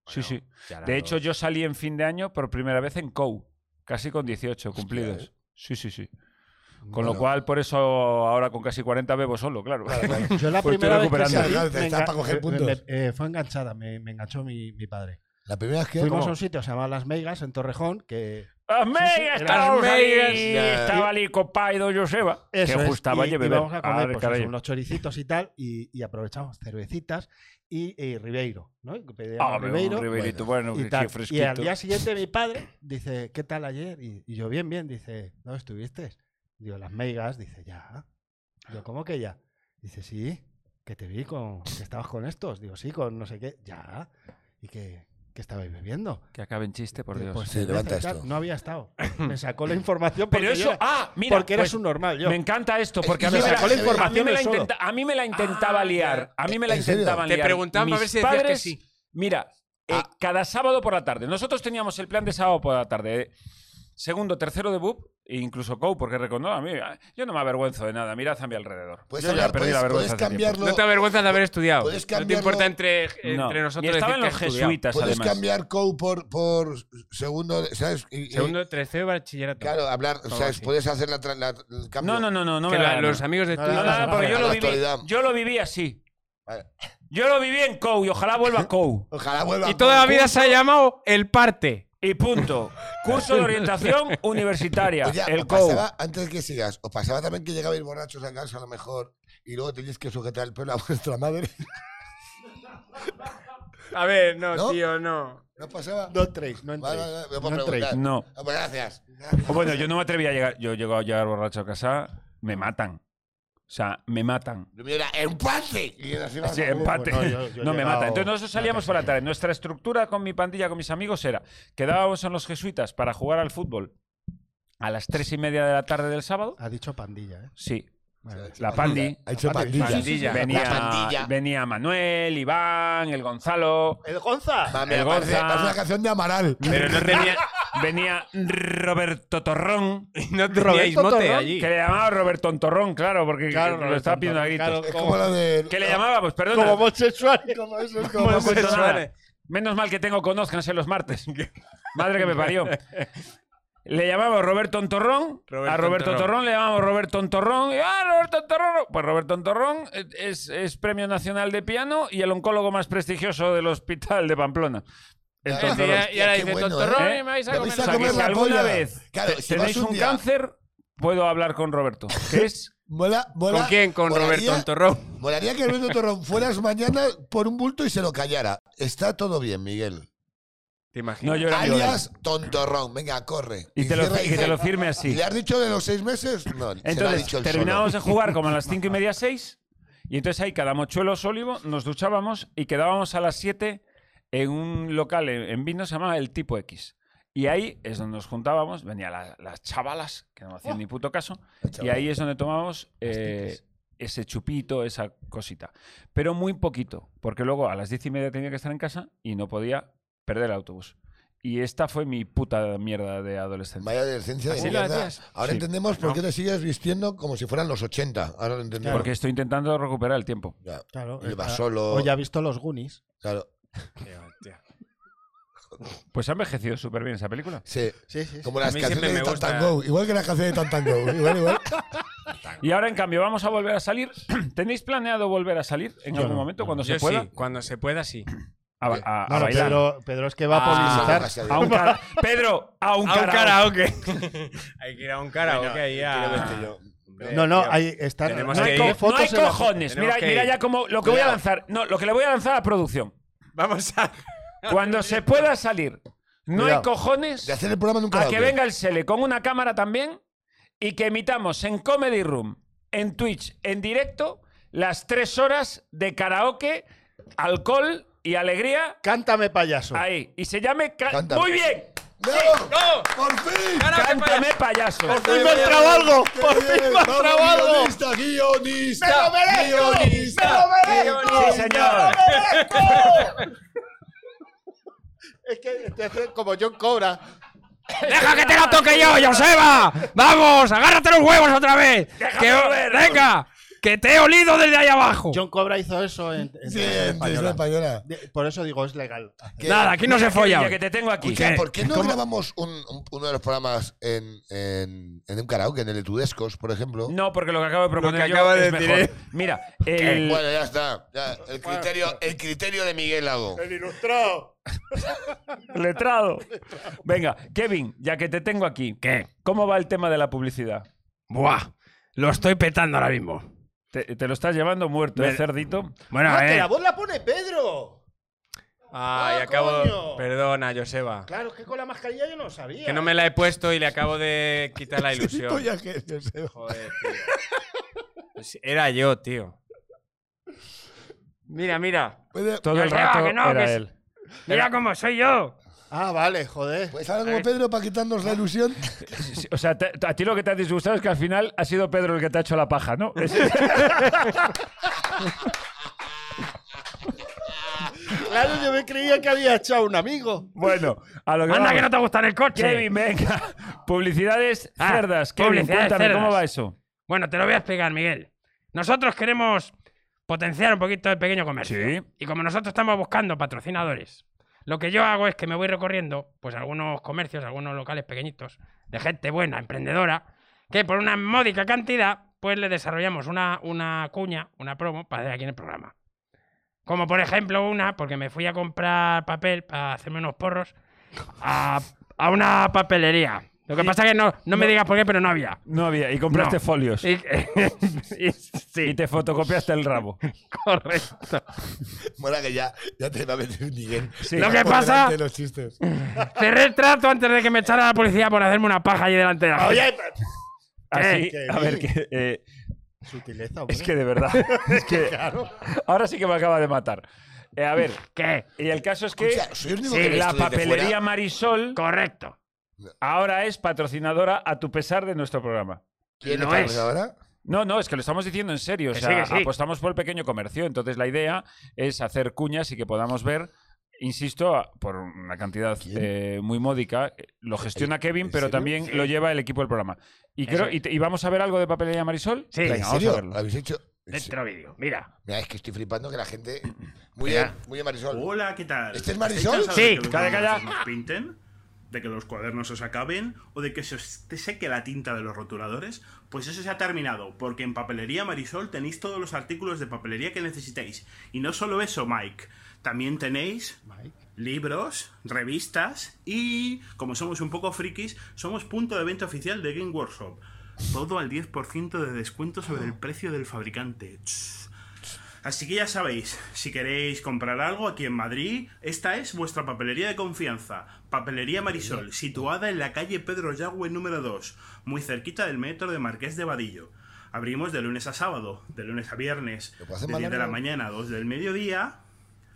sí, sí.
Ya las
De hecho,
dos.
yo salí en fin de año por primera vez en COU, casi con 18
¿eh?
cumplidos. Sí, sí, sí. Con lo
Bueno.
cual, por eso ahora con casi 40 bebo solo, claro.
Yo la
Pues estoy
primera vez que
recuperando.
salí,
Claro, te
me
estás
enga-
para coger
me-
puntos.
me- eh, fue enganchada, me, me enganchó mi, mi padre.
La primera vez que
Fuimos a un sitio, se llamaba Las Meigas, en Torrejón, que...
¡Ameiga!
eran
Estábamos
meigas.
ahí,
Ya.
Estaba allí compaido Joseba,
Eso
que
es,
gustaba Ah,
y,
llevar.
y vamos a comer pues, eso, unos choricitos y tal, y, y aprovechamos cervecitas y, y Ribeiro, ¿no? Y
Ah,
pedíamos Ribeiro, pues,
Ribeirito, bueno,
y,
que
tal.
sí,
Y al
fresquito.
día siguiente mi padre dice, ¿qué tal ayer? Y, y yo, bien, bien. Dice, ¿no estuviste? Digo, las meigas. Dice, ya. Yo, ¿cómo que ya? Dice, sí, que te vi con... que estabas con estos. Digo, sí, con no sé qué. Ya. ¿Y que, que estabais bebiendo?
Que acabe en chiste, por
Digo,
Dios.
pues
Sí,
cerveza y
levanta
tal.
esto.
No había estado. Me sacó la información porque,
Pero
yo
eso,
era,
ah, mira,
porque era
pues,
su normal. Yo.
me encanta esto, porque a
Me
mí me la,
sacó la
a mí
información
me la
él solo.
intenta- a mí me la intentaba
Ah,
liar. A mí me la
¿En serio?
intentaban
Te
liar.
preguntaban para ver
Mis
si decías que
padres-
sí. Ah.
Mira, eh, cada sábado por la tarde. Nosotros teníamos el plan de sábado por la tarde. eh, Segundo, tercero de BUP, e incluso COU, porque recono, a mí, ah, yo no me avergüenzo de nada. Mirad a mi alrededor.
Puedes,
yo ya
hablar,
perdí la
puedes-
vergüenza.
puedes
hace tiempo.
cambiarlo.
No te avergüenzas de haber estudiado.
puedes
No te
cambiarlo-
importa entre, entre
No.
nosotros.
Y estaban
decir que
los
has estudiado.
jesuitas,
Puedes
además.
cambiar co por, por segundo, ¿sabes? Y- y-
Segundo, tercero, bachillerato.
claro, hablar,
Algo
¿sabes?
así.
Puedes hacer la, tra- la- el cambio.
No, no, no, no. no
que
me da
la-
la
los
gana.
amigos de
No,
tu-
No, nada, porque yo
A
lo,
la
viví,
actualidad.
yo lo viví así.
Vale.
Yo lo viví en COU y ojalá vuelva a COU.
Ojalá vuelva.
Y toda la vida se ha llamado el parte.
Y punto. Curso de orientación universitaria.
Oye,
el
os
COU.
pasaba, antes que sigas, os pasaba también que llegabais borrachos a casa a lo mejor y luego tenéis que sujetar el pelo a vuestra madre.
A ver, no,
¿No?
tío, no.
¿No os pasaba?
No entréis, no
Vale,
entréis.
vale, vale, por
No entréis.
preguntar.
No.
Ah, pues gracias.
O bueno, yo no me atreví a llegar. Yo llego a llegar borracho a casa, me matan. O sea, me matan.
Primero era empate. Y era así,
Sí,
vamos,
empate.
bueno,
no,
yo- yo he
me
llegado-
mata. Entonces nosotros salíamos por la tarde. Nuestra estructura con mi pandilla, con mis amigos, era quedábamos en los jesuitas para jugar al fútbol a las tres y media de la tarde del sábado.
Ha dicho pandilla, ¿eh?
Sí,
Vale.
la pandi.
Ha hecho pandilla.
Venía,
La pandilla.
venía Manuel, Iván, el Gonzalo.
¡El Gonza!
Mami,
El
parece,
Gonza.
parece una canción de Amaral.
Pero no tenía,
Venía Roberto Torrón.
no teníais
Roberto
mote
Torrón,
allí.
Que le llamaba Roberto Torrón, claro, porque lo estaba pidiendo a gritos.
Es como lo de.
¿Qué le llamábamos? Perdona.
Como homosexual.
No
Como
cuento nada.
sexuales.
Menos mal que tengo conózcanse los martes. Madre que me parió. Le llamamos Roberto Ontorrón.
Roberto
a Roberto
Ontorrón.
Ontorrón. le llamamos Roberto Ontorrón. Y, ah, Roberto Ontorrón. Pues Roberto Ontorrón es, es premio nacional de piano y el oncólogo más prestigioso del hospital de Pamplona. El
Ya,
Tontorrón.
ya,
Y ahora
Qué
dice,
bueno,
Tontorrón,
¿eh?
y me vais a
Me
comer.
vais a
O sea, que
comer
si
la
alguna
polla.
vez
Claro, si
tenéis
vas un
un
día-
cáncer, puedo hablar con Roberto. que es
Mola- mola-
¿Con quién? Con
molaría-
Roberto Antorrón.
Molaría que Roberto Torrón fueras mañana por un bulto y se lo callara. Está todo bien, Miguel.
¿Te
No,
imaginas?
yo era amigo de él.
Alias Tontorrón. Venga, corre.
Y te, lo,
cierra-
y que te
dice,
lo firme así.
¿Le has dicho de los seis meses? No, se lo ha dicho
Entonces,
él
terminábamos
solo.
de jugar como a las cinco y media, seis. Y entonces ahí cada mochuelo sólido nos duchábamos y quedábamos a las 7 en un local en, en Vino, se llamaba El Tipo X. Y ahí es donde nos juntábamos, venían la- las chavalas, que no hacían ni puto caso, y ahí es donde tomábamos eh, ese chupito, esa cosita. Pero muy poquito, porque luego a las diez y media tenía que estar en casa y no podía perder el autobús. Y esta fue mi puta mierda de adolescencia.
Vaya adolescencia de
Así lo
mierda.
hacías.
Ahora
Sí.
entendemos por qué te sigues vistiendo como si fueran los 80. Ahora lo entendemos.
Porque estoy intentando recuperar el tiempo.
Ya,
Claro.
Y va
está-
solo.
O ya ha visto los Goonies.
claro.
Tío, tío.
Pues ha envejecido súper bien esa película.
Sí.
Sí, sí. sí.
Como las
mí
canciones
siempre
de
me gusta.
Tantango. Igual que las canciones de Tantango. Igual, igual.
Y ahora, en cambio, vamos a volver a salir. ¿Tenéis planeado volver a salir en
Yo
algún
no,
momento cuando
Yo
se pueda?
sí, cuando se pueda, sí.
A, ba- a-
No,
a
no,
bailar.
Pedro, Pedro es que va
Ah,
a politizar.
Gracias a
A
Dios.
un cara- Pedro, a un,
a un
karaoke.
karaoke. Hay que ir a un karaoke
Bueno,
ahí a-
quiero verte yo.
Hombre,
No, no,
tío.
ahí está.
Tenemos
no
No
que
hay,
hay
co-
ir.
co-
no
fotos
hay
en la-
cojones.
Tenemos
Mira,
que
mira
ir.
ya como lo que voy a lanzar. No, lo que le voy a lanzar a producción.
Vamos a.
Cuando se pueda salir, no hay
Cuidado.
cojones.
De hacer el programa
a
nunca.
Ah, que venga el Sele con una cámara también y que emitamos en Comedy Room, en Twitch, en directo, las tres horas de karaoke, alcohol y alegría
Cántame, payaso.
ahí. Y se llame... ca-
Cántame.
¡Muy bien!
¡Bravo!
¡No!
¡Por fin!
¡Cántame, payaso!
¡Por fin me he trabado algo! ¡Por fin me he trabado algo! ¡Guionista, guionista! ¡Me lo ¡Guionista!
¡Sí, señor!
Es que te hace como John Cobra.
¡Deja que te la toque yo, Joseba! ¡Vamos! ¡Agárrate los huevos otra vez!
Déjame
Que-
ver.
¡Venga! ¡Que te he olido desde ahí abajo!
John Cobra hizo eso en, en
Sí,
Televisión
en televisión
Eh, Española.
española.
De- Por eso digo, es legal.
¿Qué?
Nada, aquí no se folla.
Ya que te tengo aquí.
Escucha,
¿Qué?
¿por qué no grabamos un- un- uno de los programas en, en, en un karaoke, en el de Tudescos, por ejemplo?
No, porque lo que acabo de proponer
que
yo
acaba de
es
decir,
mejor.
¿eh?
Mira,
Eh,
el...
Bueno, ya está. Ya, el, criterio, el criterio de Miguel Lago.
El ilustrado.
Letrado. Venga, Kevin, ya que te tengo aquí.
¿Qué?
¿Cómo va el tema de la publicidad?
¡Buah! Lo estoy petando ahora mismo.
¿Te, te lo estás llevando muerto,
Me-
eh, cerdito?
Bueno,
Ah, que
eh.
la voz la pone Pedro.
Ay,
Ah,
acabo.
coño.
Perdona, Joseba.
Claro, es que con la mascarilla yo no lo sabía.
Que no me la he puesto y le acabo de quitar la ilusión.
Polla que es, yo
eh.
sé.
Joder, tío. Pues Era yo, tío. Mira, mira.
Puede-
Todo
Ya
el
te va,
rato
que no,
era
que es-
él.
Mira cómo soy yo.
Ah, vale, joder.
Pues ahora como Pedro para quitarnos la ilusión.
Sí, O sea, te- a ti lo que te ha disgustado es que al final ha sido Pedro el que te ha hecho la paja, ¿no? Es-
Claro, yo me creía que había echado a un amigo.
bueno, a lo que
Anda
vamos.
que no te gusta en el coche.
Kevin, venga. Publicidades
Ah,
cerdas. Kevin,
publicidades
cuéntame,
cerdas.
¿cómo va eso?
Bueno, te lo voy a explicar, Miguel. Nosotros queremos potenciar un poquito el pequeño comercio.
Sí.
Y como nosotros estamos buscando patrocinadores, lo que yo hago es que me voy recorriendo, pues algunos comercios, algunos locales pequeñitos, de gente buena, emprendedora, que por una módica cantidad, pues le desarrollamos una, una cuña, una promo, para hacer aquí en el programa. Como por ejemplo una, porque me fui a comprar papel para hacerme unos porros a, a una papelería. Lo que pasa que no, no me digas por qué, pero no había.
No había. Y compraste
No.
folios. Y,
Y, y- sí,
te fotocopiaste el rabo.
correcto.
Mola que ya, ya te va a meter Miguel.
Sí.
Lo que
Por
pasa,
Ah.
delante de los chistes.
cerré el trato antes de que me echara la policía por hacerme una paja allí delante de la gente.
Oye,
Así,
Qué
a ver,
bien.
que, eh,
sutileza, hombre.
es que de verdad. Es que ahora sí que me acaba de matar. Eh, a ver,
¿Qué?
y el caso es que
Escucha, soy el único
sí,
que ve
la
esto desde
papelería
fuera.
Marisol
Correcto.
ahora es patrocinadora a tu pesar de nuestro programa.
¿Quién
no
está
es.
ahora?
No, no, es que lo estamos diciendo en serio. O
Que
sea,
sí, que sí.
apostamos por el pequeño comercio. Entonces, la idea es hacer cuñas y que podamos ver, insisto, a- por una cantidad eh, muy módica. eh, Lo gestiona Kevin,
en
pero
serio?
también lo lleva el equipo del programa. Y, creo, y, te- y vamos a ver algo de papelería Marisol.
Sí,
¿En
Venga, vamos a
serio?
verlo.
¿Lo habéis hecho?
Dentro vídeo. Mira.
Mira, es que estoy flipando que la gente. Muy bien, muy bien, Marisol.
Hola, ¿qué tal?
¿Este es Marisol?
¿Estáis cansados
Sí,
de que los
calla, calla.
dibujos nos pinten? ¿De que los cuadernos os acaben? ¿O de que se os te seque la tinta de los rotuladores? Pues eso se ha terminado, porque en Papelería Marisol tenéis todos los artículos de papelería que necesitéis. Y no solo eso, Mike. También tenéis libros, revistas y, como somos un poco frikis, somos punto de venta oficial de Game Workshop. Todo al 10% de descuento sobre el precio del fabricante. Tss. Así que ya sabéis, si queréis comprar algo aquí en Madrid, esta es vuestra papelería de confianza, Papelería Marisol, situada en la calle Pedro Yagüe número 2, muy cerquita del metro de Marqués de Vadillo. Abrimos de lunes a sábado, de lunes a viernes,
¿Lo puedo hacer
de
más
10 de la
largo?
mañana a 2 del mediodía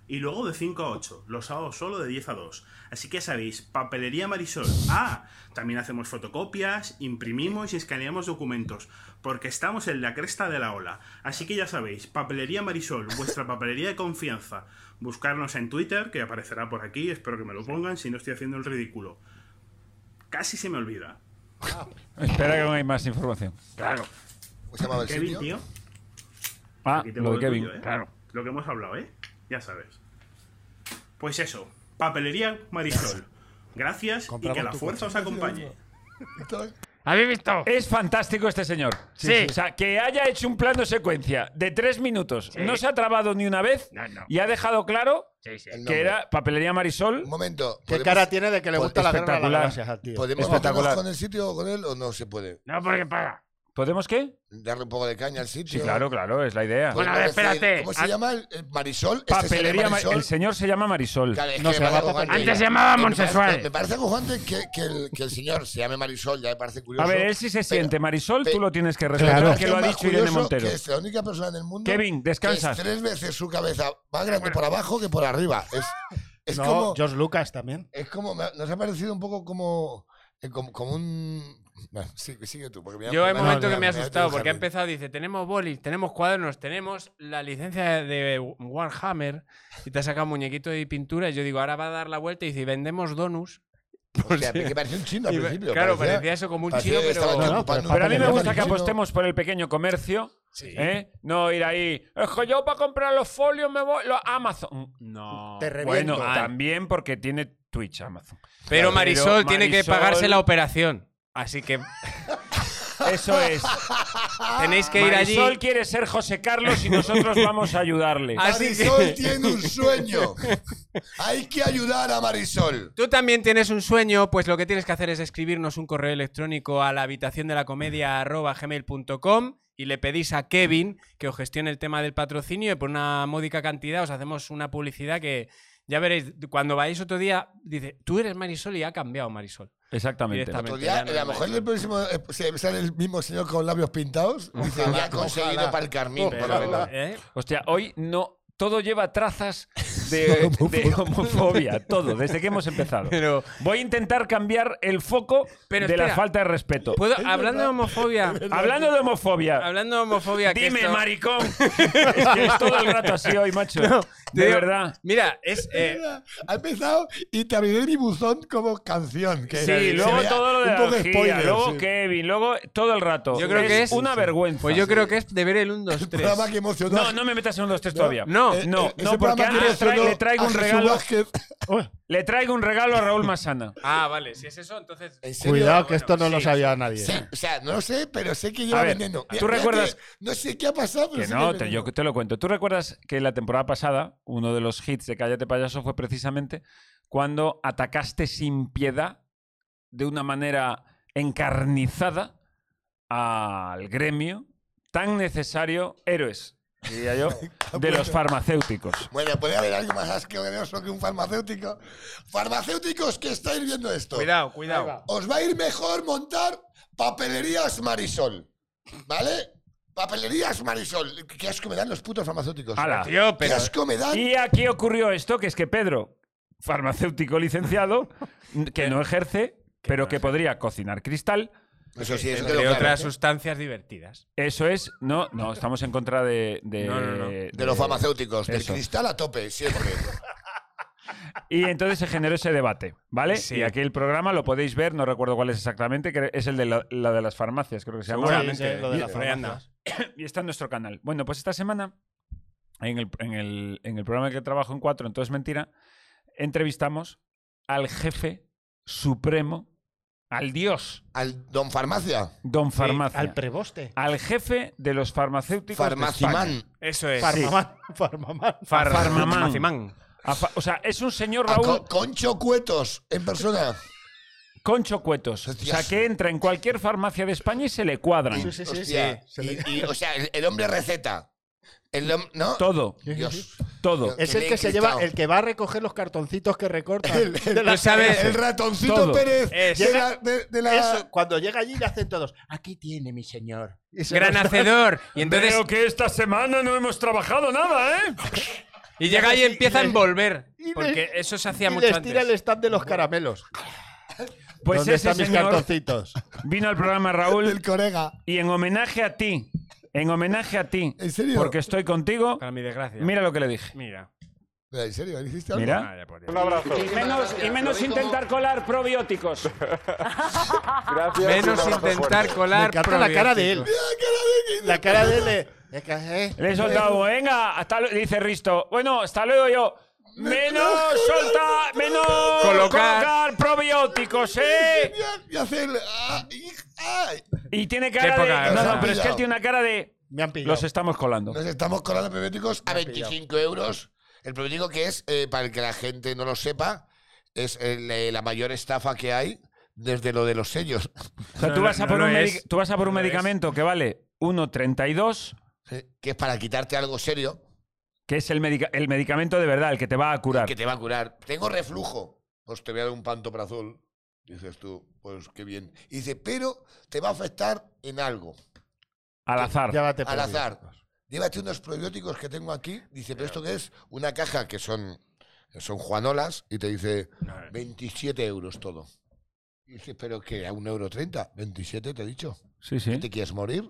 y luego de 5 a 8, los sábados solo de 10 a 2. Así que ya sabéis, Papelería Marisol. Ah, también hacemos fotocopias, imprimimos y escaneamos documentos, porque estamos en la cresta de la ola. Así que ya sabéis, Papelería Marisol, vuestra papelería de confianza. Buscarnos en Twitter, que aparecerá por aquí, espero que me lo pongan, si no estoy haciendo el ridículo. Casi se me olvida.
Ah.
Espera que no hay más información.
Claro,
¿Cómo se llamaba el
Kevin,
sitio?
tío.
Ah,
Aquí tengo
lo de
el
Kevin.
tuyo, ¿eh?
claro.
Lo que hemos hablado, ¿eh? Ya sabes. Pues eso. Papelería Marisol. Gracias y que
Compramos
la
tu
fuerza os
coche.
acompañe.
¿Habéis visto?
Es fantástico este señor.
Sí.
O sea, que haya hecho un plano secuencia de tres minutos,
Sí.
no se ha trabado ni una vez
No, no.
y ha dejado claro
Sí, sí.
El
que
nombre.
era papelería Marisol.
Un momento.
¿Qué
¿podemos-
cara tiene de que le
Pues
gusta la guerra de las
espectacular.
galaxias al tío?
¿Podemos
Espectacular.
bajarnos con el sitio o con él o no se puede?
No, porque paga.
¿Podemos qué?
Darle un poco de caña al
Sí,
sitio.
claro, claro, es la idea.
Podemos
Bueno, a ver,
decir-
espérate.
¿Cómo
Ah.
se llama? el- el ¿Marisol? ¿Este sería
Papelería Ma-
Marisol?
El señor se Ah, llama Marisol.
Claro, es
No,
que
se
me
llama
da algo
Papelería.
grande.
Antes se llamaba
Me parece-
Monsesuárez.
Me parece acojonante que, que, el, que el señor se llame Marisol, ya me parece
A
curioso.
ver, él sí se siente Marisol, tú
pero-
lo tienes que respetar,
Claro.
que lo ha
Es más
dicho Irene
curioso
Montero.
Que es la única persona en el mundo.
Kevin, descansa.
que es tres veces su cabeza más grande por abajo que por arriba. Es, es
No,
como.
George Lucas también.
Es como. me ha- Nos ha parecido un poco como. eh, Como, como un. Bueno, sí, sigue tú. Porque me-
Yo hay
me-
momento que me he
voy a
asustado porque ha
dibujar.
empezado, dice, tenemos bolis, tenemos cuadernos, tenemos la licencia de Warhammer y te ha sacado muñequito y pintura y yo digo, ahora va a dar la vuelta y dice, vendemos donuts.
Hostia, que parecía un chino al
Y ve-
principio.
claro, parecía eso como un
parecía
chino,
que
pero-
estaba
No, no,
ocupando un
Pero a mí me
papel
gusta
en
que
chino.
apostemos por el pequeño comercio. ¿eh? No ir ahí. Es que yo para comprar los folios me voy a Amazon. Mm, No.
Te reviento.
bueno, también porque tiene Twitch Amazon.
Pero Marisol, tiene que
Marisol-
pagarse la operación. Así que
Eso es.
tenéis que ir allí.
Marisol quiere ser José Carlos y nosotros vamos a ayudarle.
Así que-
Marisol tiene un sueño. Hay que ayudar a Marisol.
Tú también tienes un sueño, pues lo que tienes que hacer es escribirnos un correo electrónico a la habitación de la comedia gmail.com y le pedís a Kevin que os gestione el tema del patrocinio y por una módica cantidad os hacemos una publicidad que ya veréis, cuando vayáis otro día, dice, tú eres Marisol y ha cambiado Marisol.
Exactamente.
Directamente.
Otro día,
Ya no
la
me
mujer del próximo eh, se- sale el mismo señor con labios pintados. Dice, ya ha conseguido para el Carmín, por lo menos.
¿Eh?
Hostia, hoy no. Todo lleva trazas de, de homofobia. Todo, desde que hemos empezado.
Pero
Voy a intentar cambiar el foco
Pero
de la
espera.
falta de respeto.
¿puedo- hablando de homofobia,
Hablando de homofobia,
hablando de homofobia, que
dime,
esto-
maricón. es que es todo el rato así hoy, macho.
No, te
de
digo-
verdad.
Mira, es eh,
Ha empezado y te abriré mi buzón como canción. Que
Sí,
se
luego
vea
todo lo de
un poco
la orgía,
spoiler,
luego
sí.
Kevin, luego todo el rato.
Yo creo que es-
una vergüenza.
pues yo creo que es de ver el 1 2 3.
Programa que emocionó.
No, no me metas en los tres todavía.
No,
Eh,
no,
eh, ese
no, porque
programa que
antes tra-
emocionó
le traigo
a
un
Jesús
regalo,
Vázquez.
le traigo un regalo a Raúl Masana.
Ah, vale, si es eso, entonces
¿En serio?
Cuidado que esto no
bueno,
lo
sí,
sabía nadie.
Sí, o sea, no lo sé, pero sé que lleva
A ver,
vendiendo.
¿tú recuerdas-
No sé qué ha pasado, pero
Que
sé
no,
hay
te, yo
veneno.
te lo cuento. ¿Tú recuerdas que la temporada pasada uno de los hits de Cállate Payaso fue precisamente cuando atacaste sin piedad, de una manera encarnizada, al gremio tan necesario, héroes, diría yo, de los farmacéuticos?
Bueno, puede haber algo más asqueroso que un farmacéutico. Farmacéuticos que estáis viendo esto.
cuidado, cuidado.
Os va a ir mejor montar papelerías Marisol. ¿Vale? Papelerías Marisol. Qué asco me dan los putos farmacéuticos.
Ala.
Tío,
Qué
pero
asco me dan.
Y aquí ocurrió esto, que es que Pedro, farmacéutico licenciado, que no ejerce, pero que podría cocinar cristal,
Eso sí, eso te lo
entre
claro.
¿eh?
otras sustancias divertidas.
eso es, no, no, estamos en contra de... de-
No, no, no.
De los farmacéuticos. Del
Eso.
cristal a tope, siempre.
Y entonces se generó ese debate, ¿vale?
Sí.
Y aquí el programa lo podéis ver, no recuerdo cuál es exactamente, que es el de la, la de las farmacias, creo que se llama.
Sí, sí, lo de las
Por ahí anda.
farmacias.
Y está en nuestro canal. Bueno, pues esta semana, en el, en el, en el programa que trabajo en Cuatro, entonces mentira, entrevistamos al jefe supremo, al dios,
Al don farmacia.
don
Sí,
farmacia.
Al
al,
preboste.
jefe de los farmacéuticos. de España.
Farmacimán.
Eso es.
Farmamán. Farmamán.
Far-
Farmamán.
Farmacimán.
A fa- O sea, es un señor
A
Raúl
Ah, Co- Concho Cuetos, en persona.
con chocuetos. O sea,
Hostias.
que entra en cualquier farmacia de España y se le cuadran.
sí, sí,
Hostia.
sí. Se le-
Y, y, o sea, el, el hombre receta. El hom- ¿No?
Todo,
Dios.
todo.
Es el
bien
que se lleva,
cristado.
el que va a recoger los cartoncitos que recorta.
Tú sabes-
El ratoncito
Todo. Eh,
Pérez.
Eso.
de la- de- de la-
Eso, cuando llega allí le hacen todos. Aquí tiene mi señor. Y se
Gran
los da.
hacedor. Y entonces.
Creo que esta semana no hemos trabajado nada, ¿eh?
Y llega ahí y
Y le-
empieza a envolver.
¿eh? y le-
Porque eso se hacía
y
mucho
les tira el
antes.
stand de los caramelos.
Pues
¿Dónde
ese
están mis
señor
cartoncitos?
vino al programa Raúl
El corega.
y en homenaje a ti, en homenaje a ti,
¿En serio?
porque estoy contigo,
Para mi desgracia.
mira lo que le dije.
Mira.
¿En serio? ¿Hiciste algo?
Mira.
Vaya por Dios.
Y menos, y menos intentar colar probióticos.
Menos intentar
Me
colar.
encanta la cara de él.
probióticos.
La cara de él. es- es que, eh,
Le he soltado, venga, hasta lu-". Dice Risto, bueno, hasta luego yo. Menos soltar, menos
Colocar.
colocar, probióticos, ¿eh?
Y hacer. ah, y- ay.
Y tiene
Qué
cara
poca
de. No,
cosa.
no, pero es que él tiene una cara de.
Me han pillado.
Los estamos colando.
Nos estamos colando probióticos a 25 euros. El probiótico que es, eh, para el que la gente no lo sepa, es el, eh, la mayor estafa que hay desde lo de los sellos.
O sea,
No,
tú,
no,
vas a
no
por
lo
un
es.
medi- tú vas a por un
No lo es.
medicamento que vale 1,32,
¿eh? Que es para quitarte algo serio
que es el, medica- el medicamento de verdad, el que te va a curar.
que te va a curar. Tengo reflujo. Pues te voy a dar un pantoprazol. Dices tú, pues qué bien. Y dice, pero te va a afectar en algo.
Al azar.
Llévate
al azar.
probióticos.
Llévate unos probióticos que tengo aquí. Dice, pero esto qué es una caja que son, son Juanolas y te dice 27 euros todo. Y dices, pero que a un euro treinta, 27 te he dicho.
Sí, sí.
¿Qué ¿Te quieres morir?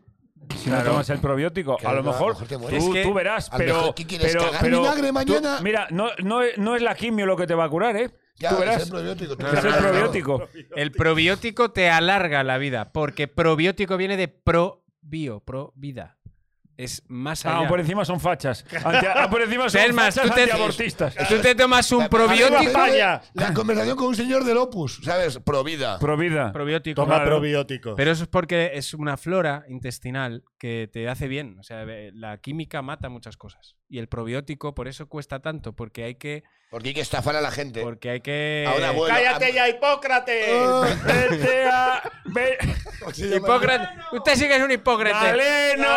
Si no tomas el probiótico, a
Claro,
lo mejor
te
tú,
mueres.
Es que-
tú verás,
a lo
pero.
mejor, ¿qué quieres,
pero,
cagar
pero
vinagre
tú-
mañana?
mira, no, no, es- no es la quimio lo que te va a curar, ¿eh?
Ya,
tú
es
verás.
el probiótico. tú
Es el
verás, ¿no?
probiótico.
El probiótico te alarga la vida, porque probiótico viene de pro bio, pro vida. Es más
Ah,
allá.
por encima son fachas. Anti- ah, por encima son
Telma,
fachas
tú te-
antiabortistas.
Tú te tomas un probiótico.
Vaya.
Ah.
La conversación con un señor del Opus, ¿sabes? Provida.
Provida.
Probiótico.
Toma
Claro.
probióticos.
Pero eso es porque es una flora intestinal que te hace bien. O sea, ve- la química mata muchas cosas. Y el probiótico por eso cuesta tanto, porque hay que.
Porque hay que estafar a la gente.
Porque hay que.
a un abuelo.
¡Cállate ya,
Eh,
Hipócrates!
Ah,
Vete a- ve-
Hipócrates. Usted sí que es un hipócrata.
¡Galeno!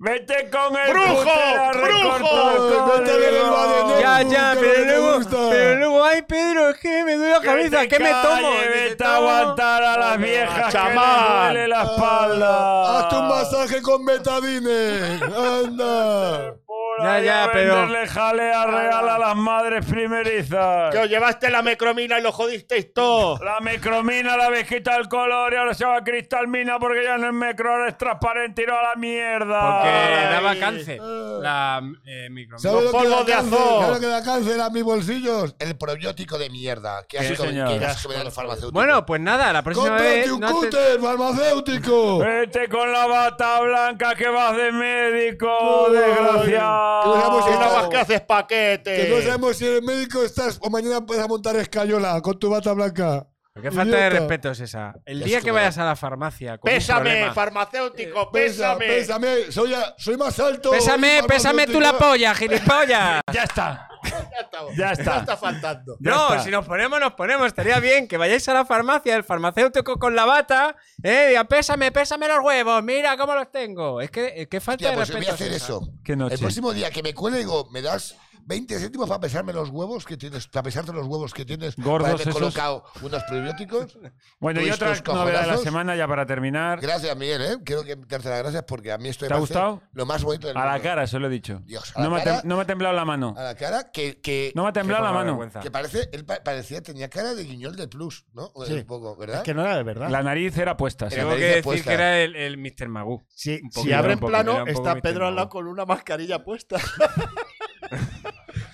¡Vete con el
¡Brujo!
cutera,
¡Brujo!
recorta la
Vete del
cola.
Valle
Ya,
Nocturne,
ya,
que
pero
no te
luego,
gusta.
pero luego, ay Pedro, es que me duele la cabeza,
te
¿qué me tomo?
calles,
Dice,
Vete
"Toma".
a aguantar a las viejas que
chamán.
les duele la espalda.
Hazte Ah, un masaje con betadine. Anda.
Por
Ya,
ahí
ya,
a
pero-
venderle jalea real a las madres primerizas.
Que os llevaste la mecromina y lo jodisteis todo.
La micromina, la viejita del color y ahora se va a cristalmina porque ya no es micro, ahora es transparente y no a la mierda.
Porque
Ay.
daba cáncer la eh, micro-
Ah. ¿Sabes lo que
polvos
da
de
cáncer?
azor.
¿Sabes lo que da cáncer a
Pues
mis bolsillos?
El probiótico de mierda. Que
Sí,
asco,
señor.
que
Qué
asco me dan los farmacéuticos.
Bueno, pues nada, la próxima
¡Cómprate
vez.
un
no te-
cúter farmacéutico!
Vete con la bata blanca que vas de médico, desgraciado.
Que usamos
Si
esta-
no vas que haces paquete.
Que no sabemos si eres médico estás o mañana puedes montar escayola con tu bata blanca.
Qué falta de
Idiota.
respeto es esa. El
Ya
día que
estuvo.
eh.
vayas a la farmacia. Con un
Pésame,
problema-
farmacéutico,
Pesa,
pésame.
pésame, soy, a- soy más alto.
Pésame,
soy
pésame tú la
farmacéutico.
polla, gilipollas.
Ya está.
Ya está.
Ya está.
Ya está faltando.
Ya
no,
está.
si nos ponemos, nos ponemos. Estaría bien que vayáis a la farmacia, el farmacéutico con la bata, eh, y diga, pésame, pésame los huevos, mira cómo los tengo. Es que, eh, qué falta
Hostia,
de
pues
respeto.
voy a hacer
es esa.
eso.
Qué noche.
El próximo día que me cuele, digo, me das 20 céntimos para pesarme los huevos que tienes, para pesarte los huevos que tienes,
Gordos
para haberme
esos.
colocado unos probióticos.
Bueno, y
Luis,
otra
Pues tus
novedad de la
cojonazos.
semana ya para terminar.
Gracias, Miguel, ¿eh? Quiero que darte las gracias porque a mí esto
¿Te ha
me hace
gustado?
lo más bonito del
A la
mundo.
cara, se lo he dicho.
Dios, a la
No me, ha tem-
cara.
no me ha temblado la mano.
A la cara que, que,
No me ha temblado la
poca
mano.
vergüenza.
que parece, él pa- parecía, tenía cara de guiñol de plus, ¿no? Un poco, ¿verdad?
Es que no era de verdad.
La nariz era puesta. sí.
Era-
Tengo
La
que
nariz
decir
puesta.
que era el, el Mr. Magoo.
Si,
Un
si
poquito,
abren
un poco, era
plano,
un poco
está
mi
Pedro al lado
tema.
con una mascarilla puesta.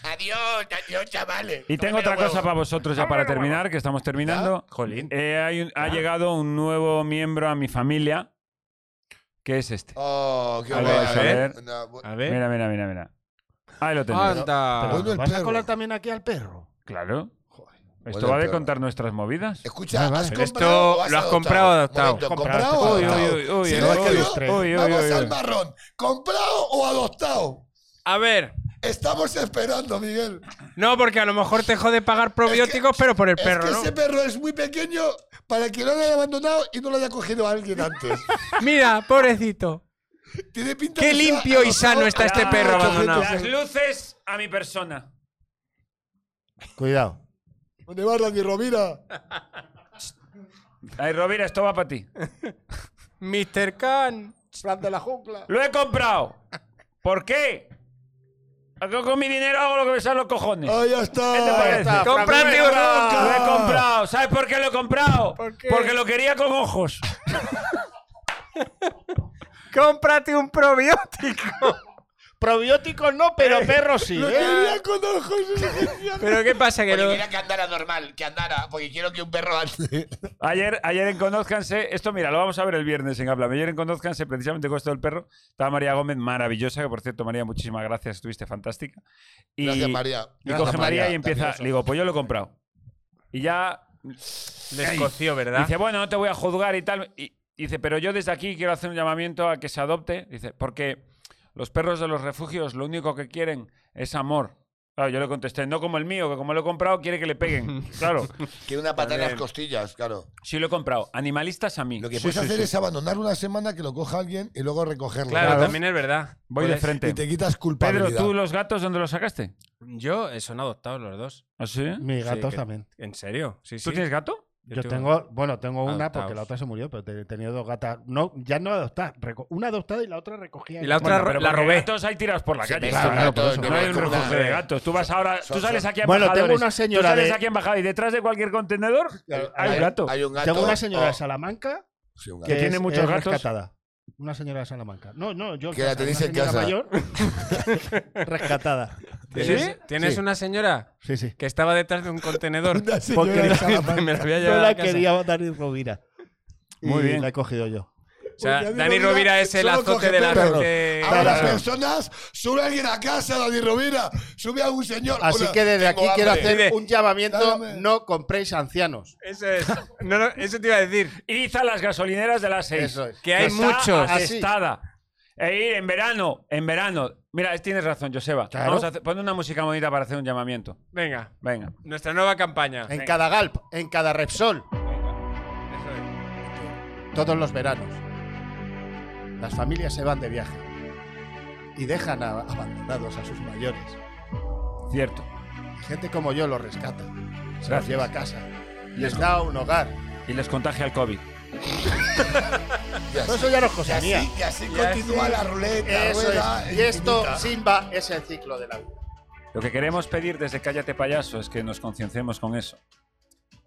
Adiós, adiós, chavales.
Y tengo
Cómeme
otra
los
cosa
huevos.
para vosotros ya para terminar, que estamos terminando.
Jolín.
Eh, hay un- ha llegado un nuevo miembro a mi familia, que es este.
Oh, qué
A ver,
guay.
a ver.
No, bu-
A ver.
Mira, mira, mira, mira. Ahí lo tenéis.
Anda.
Bueno, el
¿Vas a
perro.
colar también aquí al perro?
Claro. Esto
Bueno,
va de
pero-
contar nuestras movidas.
Escucha,
Vale,
¿has
vale.
Pero esto
comprado o has
lo has comprado o adoptado.
Momento, ¿Comprado o
Uy, uy, uy,
adoptado?
uy, uy,
Si no,
uy,
es que no,
uy, uy,
Vamos
uy,
al
uy.
marrón. ¿Comprado o adoptado?
A ver.
Estamos esperando, Miguel.
No, porque a lo mejor te jode pagar probióticos, pero por el
Es
perro,
que
¿no?
ese perro es muy pequeño para que lo hayan abandonado y no lo haya cogido alguien antes.
Mira, pobrecito.
Tiene pinta
Qué
de ser
limpio y
adoptado
sano está
a
este
la-
perro
a la-
abandonado.
Las luces a mi persona.
Cuidado.
¿Dónde vas, Randy Rovira?
Ay, Rovira, esto va para ti.
Mr. Khan.
Plan de la jungla.
Lo he comprado. ¿Por qué? Porque con mi dinero hago lo que me salen los cojones.
Ahí está.
Este
¿Qué te parece?
está,
¡Cómprate
Frank
uno!
Lo he comprado. ¿Sabes por qué lo he comprado?
¿Por qué?
Porque lo quería con ojos.
¡Cómprate un probiótico!
Probióticos no, pero
Este
perros sí.
Lo
¿eh?
tenía con dos ojos.
Pero ¿qué pasa? Que
Porque
no...
quiera que andara normal, que andara, porque quiero que un perro ande.
Ayer, ayer en Conózcanse, esto mira, lo vamos a ver el viernes en Habla. Ayer en Conózcanse, precisamente con esto del perro, estaba María Gómez, maravillosa, que por cierto, María, muchísimas gracias, estuviste fantástica. Y,
Gracias, María.
Y coge
Gracias,
María y empieza,
también
le digo, pues yo lo he comprado. Y ya
Les coció, ¿verdad?
dice, bueno, no te voy a juzgar y tal. Y dice, pero yo desde aquí quiero hacer un llamamiento a que se adopte. Dice, porque los perros de los refugios lo único que quieren es amor. Claro, yo le contesté, no como el mío, que como lo he comprado quiere que le peguen. Claro,
eso. Quiere una pata en las costillas, claro.
sí lo he comprado. Animalistas a mí.
Lo que
Sí,
puedes
sí,
hacer
sí.
es abandonar una semana que lo coja alguien y luego recogerlo.
Claro, también es verdad. Pues,
Voy de
Puedes-
frente.
Y te quitas culpabilidad.
Pedro, ¿tú los gatos dónde los sacaste?
Yo eh, son adoptados los dos.
¿Ah, sí?
Mis
Sí,
gatos
que-
también.
¿En serio? Sí, sí.
¿Tú tienes gato?
Yo tengo, bueno, tengo una porque
Adoptados.
la otra se murió, pero te- he tenido dos gatas. No, ya no adoptadas. reco- Una adoptada y la otra recogía.
Y la otra
Pero
la
porque
robé.
gatos hay tirados por la
Sí,
calle.
claro,
claro.
claro,
por eso.
todo el
No hay un
tema de
refugio
eh.
comer.
de gatos. Tú vas ahora,
son-
tú sales
son-
aquí a
Bueno, tengo
embajadores.
una señora
Tú sales
de-
aquí a embajador y detrás de cualquier contenedor
Claro,
hay un gato.
Hay un gato. Oh,
Tengo una señora
o-
de Salamanca
sí, un
que,
gato.
Que tiene
es-
muchos
es
gatos.
rescatada. Una señora de Salamanca. No, no, yo. en
Que la
casa,
tenéis
una
en
señora
casa.
mayor rescatada.
¿Tienes, tienes
Sí.
una señora
Sí, sí.
que estaba detrás de un contenedor?
Una señora
Porque
de
la
Salamanca.
me la había
No
llevado a
la
casa.
quería Dani Rovira.
Muy
y
bien.
La he cogido yo.
O sea,
Porque a mí
Dani
Rovira
Rovira es el
solo
azote
coge
de la
perros.
gente.
Ahora las
Claro.
personas, sube alguien a casa, Dani Rovira, sube a un señor.
Así
Hola,
que desde
tengo
aquí quiero
hambre.
hacer
Dime.
un llamamiento:
Dame.
no compréis ancianos.
Eso es. No, no, eso te iba a decir.
Iza las gasolineras de las seis.
Eso es.
Que hay
está
muchos.
Asestada. E ir en verano, en verano. Mira, tienes razón, Joseba.
Claro.
Vamos a hacer, pon una música bonita para hacer un llamamiento.
Venga,
Venga.
nuestra nueva campaña.
En cada Galp, en cada Repsol.
Eso es.
todos los veranos. Las familias se van de viaje y dejan a- abandonados a sus mayores.
Cierto.
Y gente como yo los rescata, se
Gracias.
los lleva a casa, les da un hogar.
Y les contagia el COVID.
Y así-
Todo eso ya no es cosa
y
mía.
así, que así continúa la ruleta.
Eso
rueda,
es. Y esto,
infinita.
Simba, es el ciclo de la vida.
Lo que queremos pedir desde Cállate Payaso es que nos concienciemos con eso.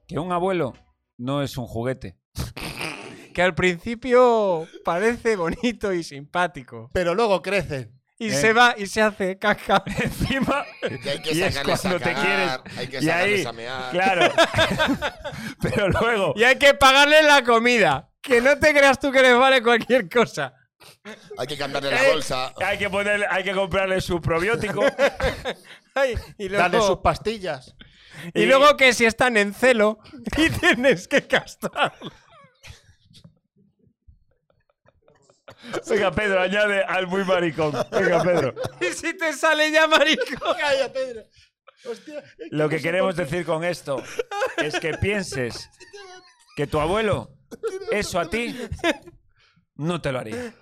Que un abuelo no es un juguete.
Que al principio parece bonito y simpático.
Pero luego crecen.
Y
Eh.
se va y se hace caca.
Encima.
Que hay que
y es
sacarles a
cuando te
cagar,
quieres.
hay que
y
sacarles
ahí,
a mear.
Claro. Pero luego.
Y hay que pagarle la comida. Que no te creas tú que les vale cualquier cosa.
Hay que cantarle
Eh,
la bolsa.
Hay que ponerle, hay que comprarle su probiótico.
Ay, y,
Dale sus
luego,
pastillas.
y luego que si están en celo y tienes que gastar.
Venga, Pedro, añade al muy maricón. Venga, Pedro.
Y si te sale ya marico.
Calla, Pedro. Hostia, es
Lo que
no sé
queremos
por qué.
decir con esto es que pienses que tu abuelo, eso a ti, no te lo haría.
De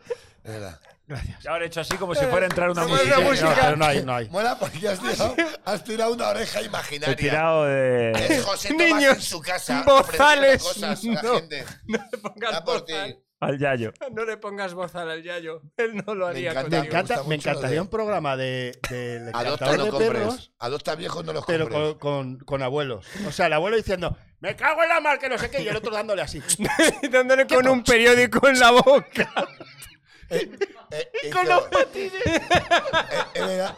verdad. Eh,
Y Ahora he hecho así como si fuera a entrar una música.
No, pero no hay, no hay.
Mola porque has tirado, has tirado una oreja imaginaria.
He tirado de.
Es José Tomás
Niños,
en su casa.
bozales.
ofreciendo Cosas, a la
No.
gente.
No le pongas
Va por ti.
bozal.
al Yayo.
No le pongas bozal al Yayo. Él no lo haría
encanta.
Me,
Me
contigo.
encanta,
gusta
me
mucho lo
encantaría
de-
un programa de, del
Adopta
encantador
no
de perros.
compres. Adopta viejos no los
pero
compres.
con, con, con abuelos. O sea, el abuelo diciendo, me cago en la mar, que no sé qué, y el otro dándole así.
Y dándole con un periódico en la boca.
Eh, eh,
con
que-
los
eh, eh, era-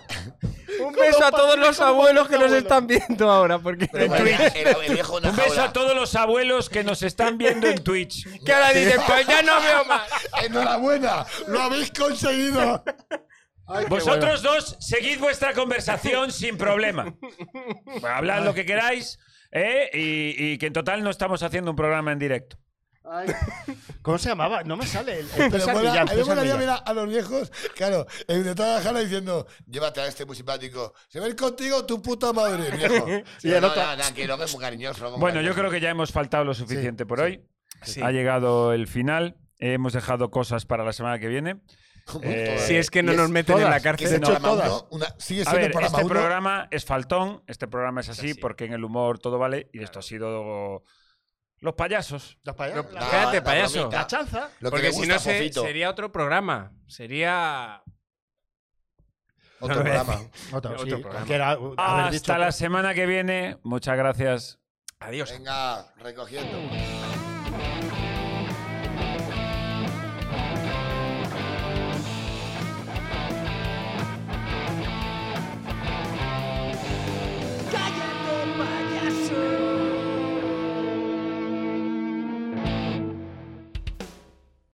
Un beso a todos los abuelos que nos
abuelos.
están viendo ahora. Porque
era- era el viejo una
Un beso
jaula.
a todos los abuelos que nos están viendo en Twitch.
que ahora dicen, pues ya no veo más.
¡Enhorabuena! ¡Lo habéis conseguido!
Vosotros dos seguid vuestra conversación sin problema. Hablad lo que queráis ¿eh? y, y que en total no estamos haciendo un programa en directo.
¿Cómo se llamaba? No me sale. El, el
Pero
César
mola-
Millán,
a mí me
César
molaría
Millán.
ver a, a los viejos, claro, en detrás de la jala diciendo, llévate a este muy simpático. Se va a ir contigo tu puta madre, viejo.
Y
y
el
no,
otro-
no, no, que lo que es muy cariñoso. lo que es muy
Bueno, yo
cariñoso.
creo que ya hemos faltado lo suficiente por hoy.
Sí.
Ha llegado el final. Hemos dejado cosas para la semana que viene. Eh,
Si es que no
Y
nos meten en
todas,
la
que es el
cárcel.
hecho
programa
todas.
uno, una- sigue
A
siendo el
ver,
programa
este
uno.
programa es faltón, este programa es así
así.
porque en el humor todo vale y esto ha sido los payasos.
Los payasos.
No,
La-
Cállate,
la
payaso.
bromita.
La chanza.
Lo que
Porque
le
si
gusta
no
a
se-
Fofito.
sería otro programa. Sería.
Otro
No lo voy a
programa.
Otro,
Otro
sí,
programa.
cualquiera, uh, haber
Hasta
dicho-
la semana que viene. Muchas gracias.
Adiós.
Venga, recogiendo.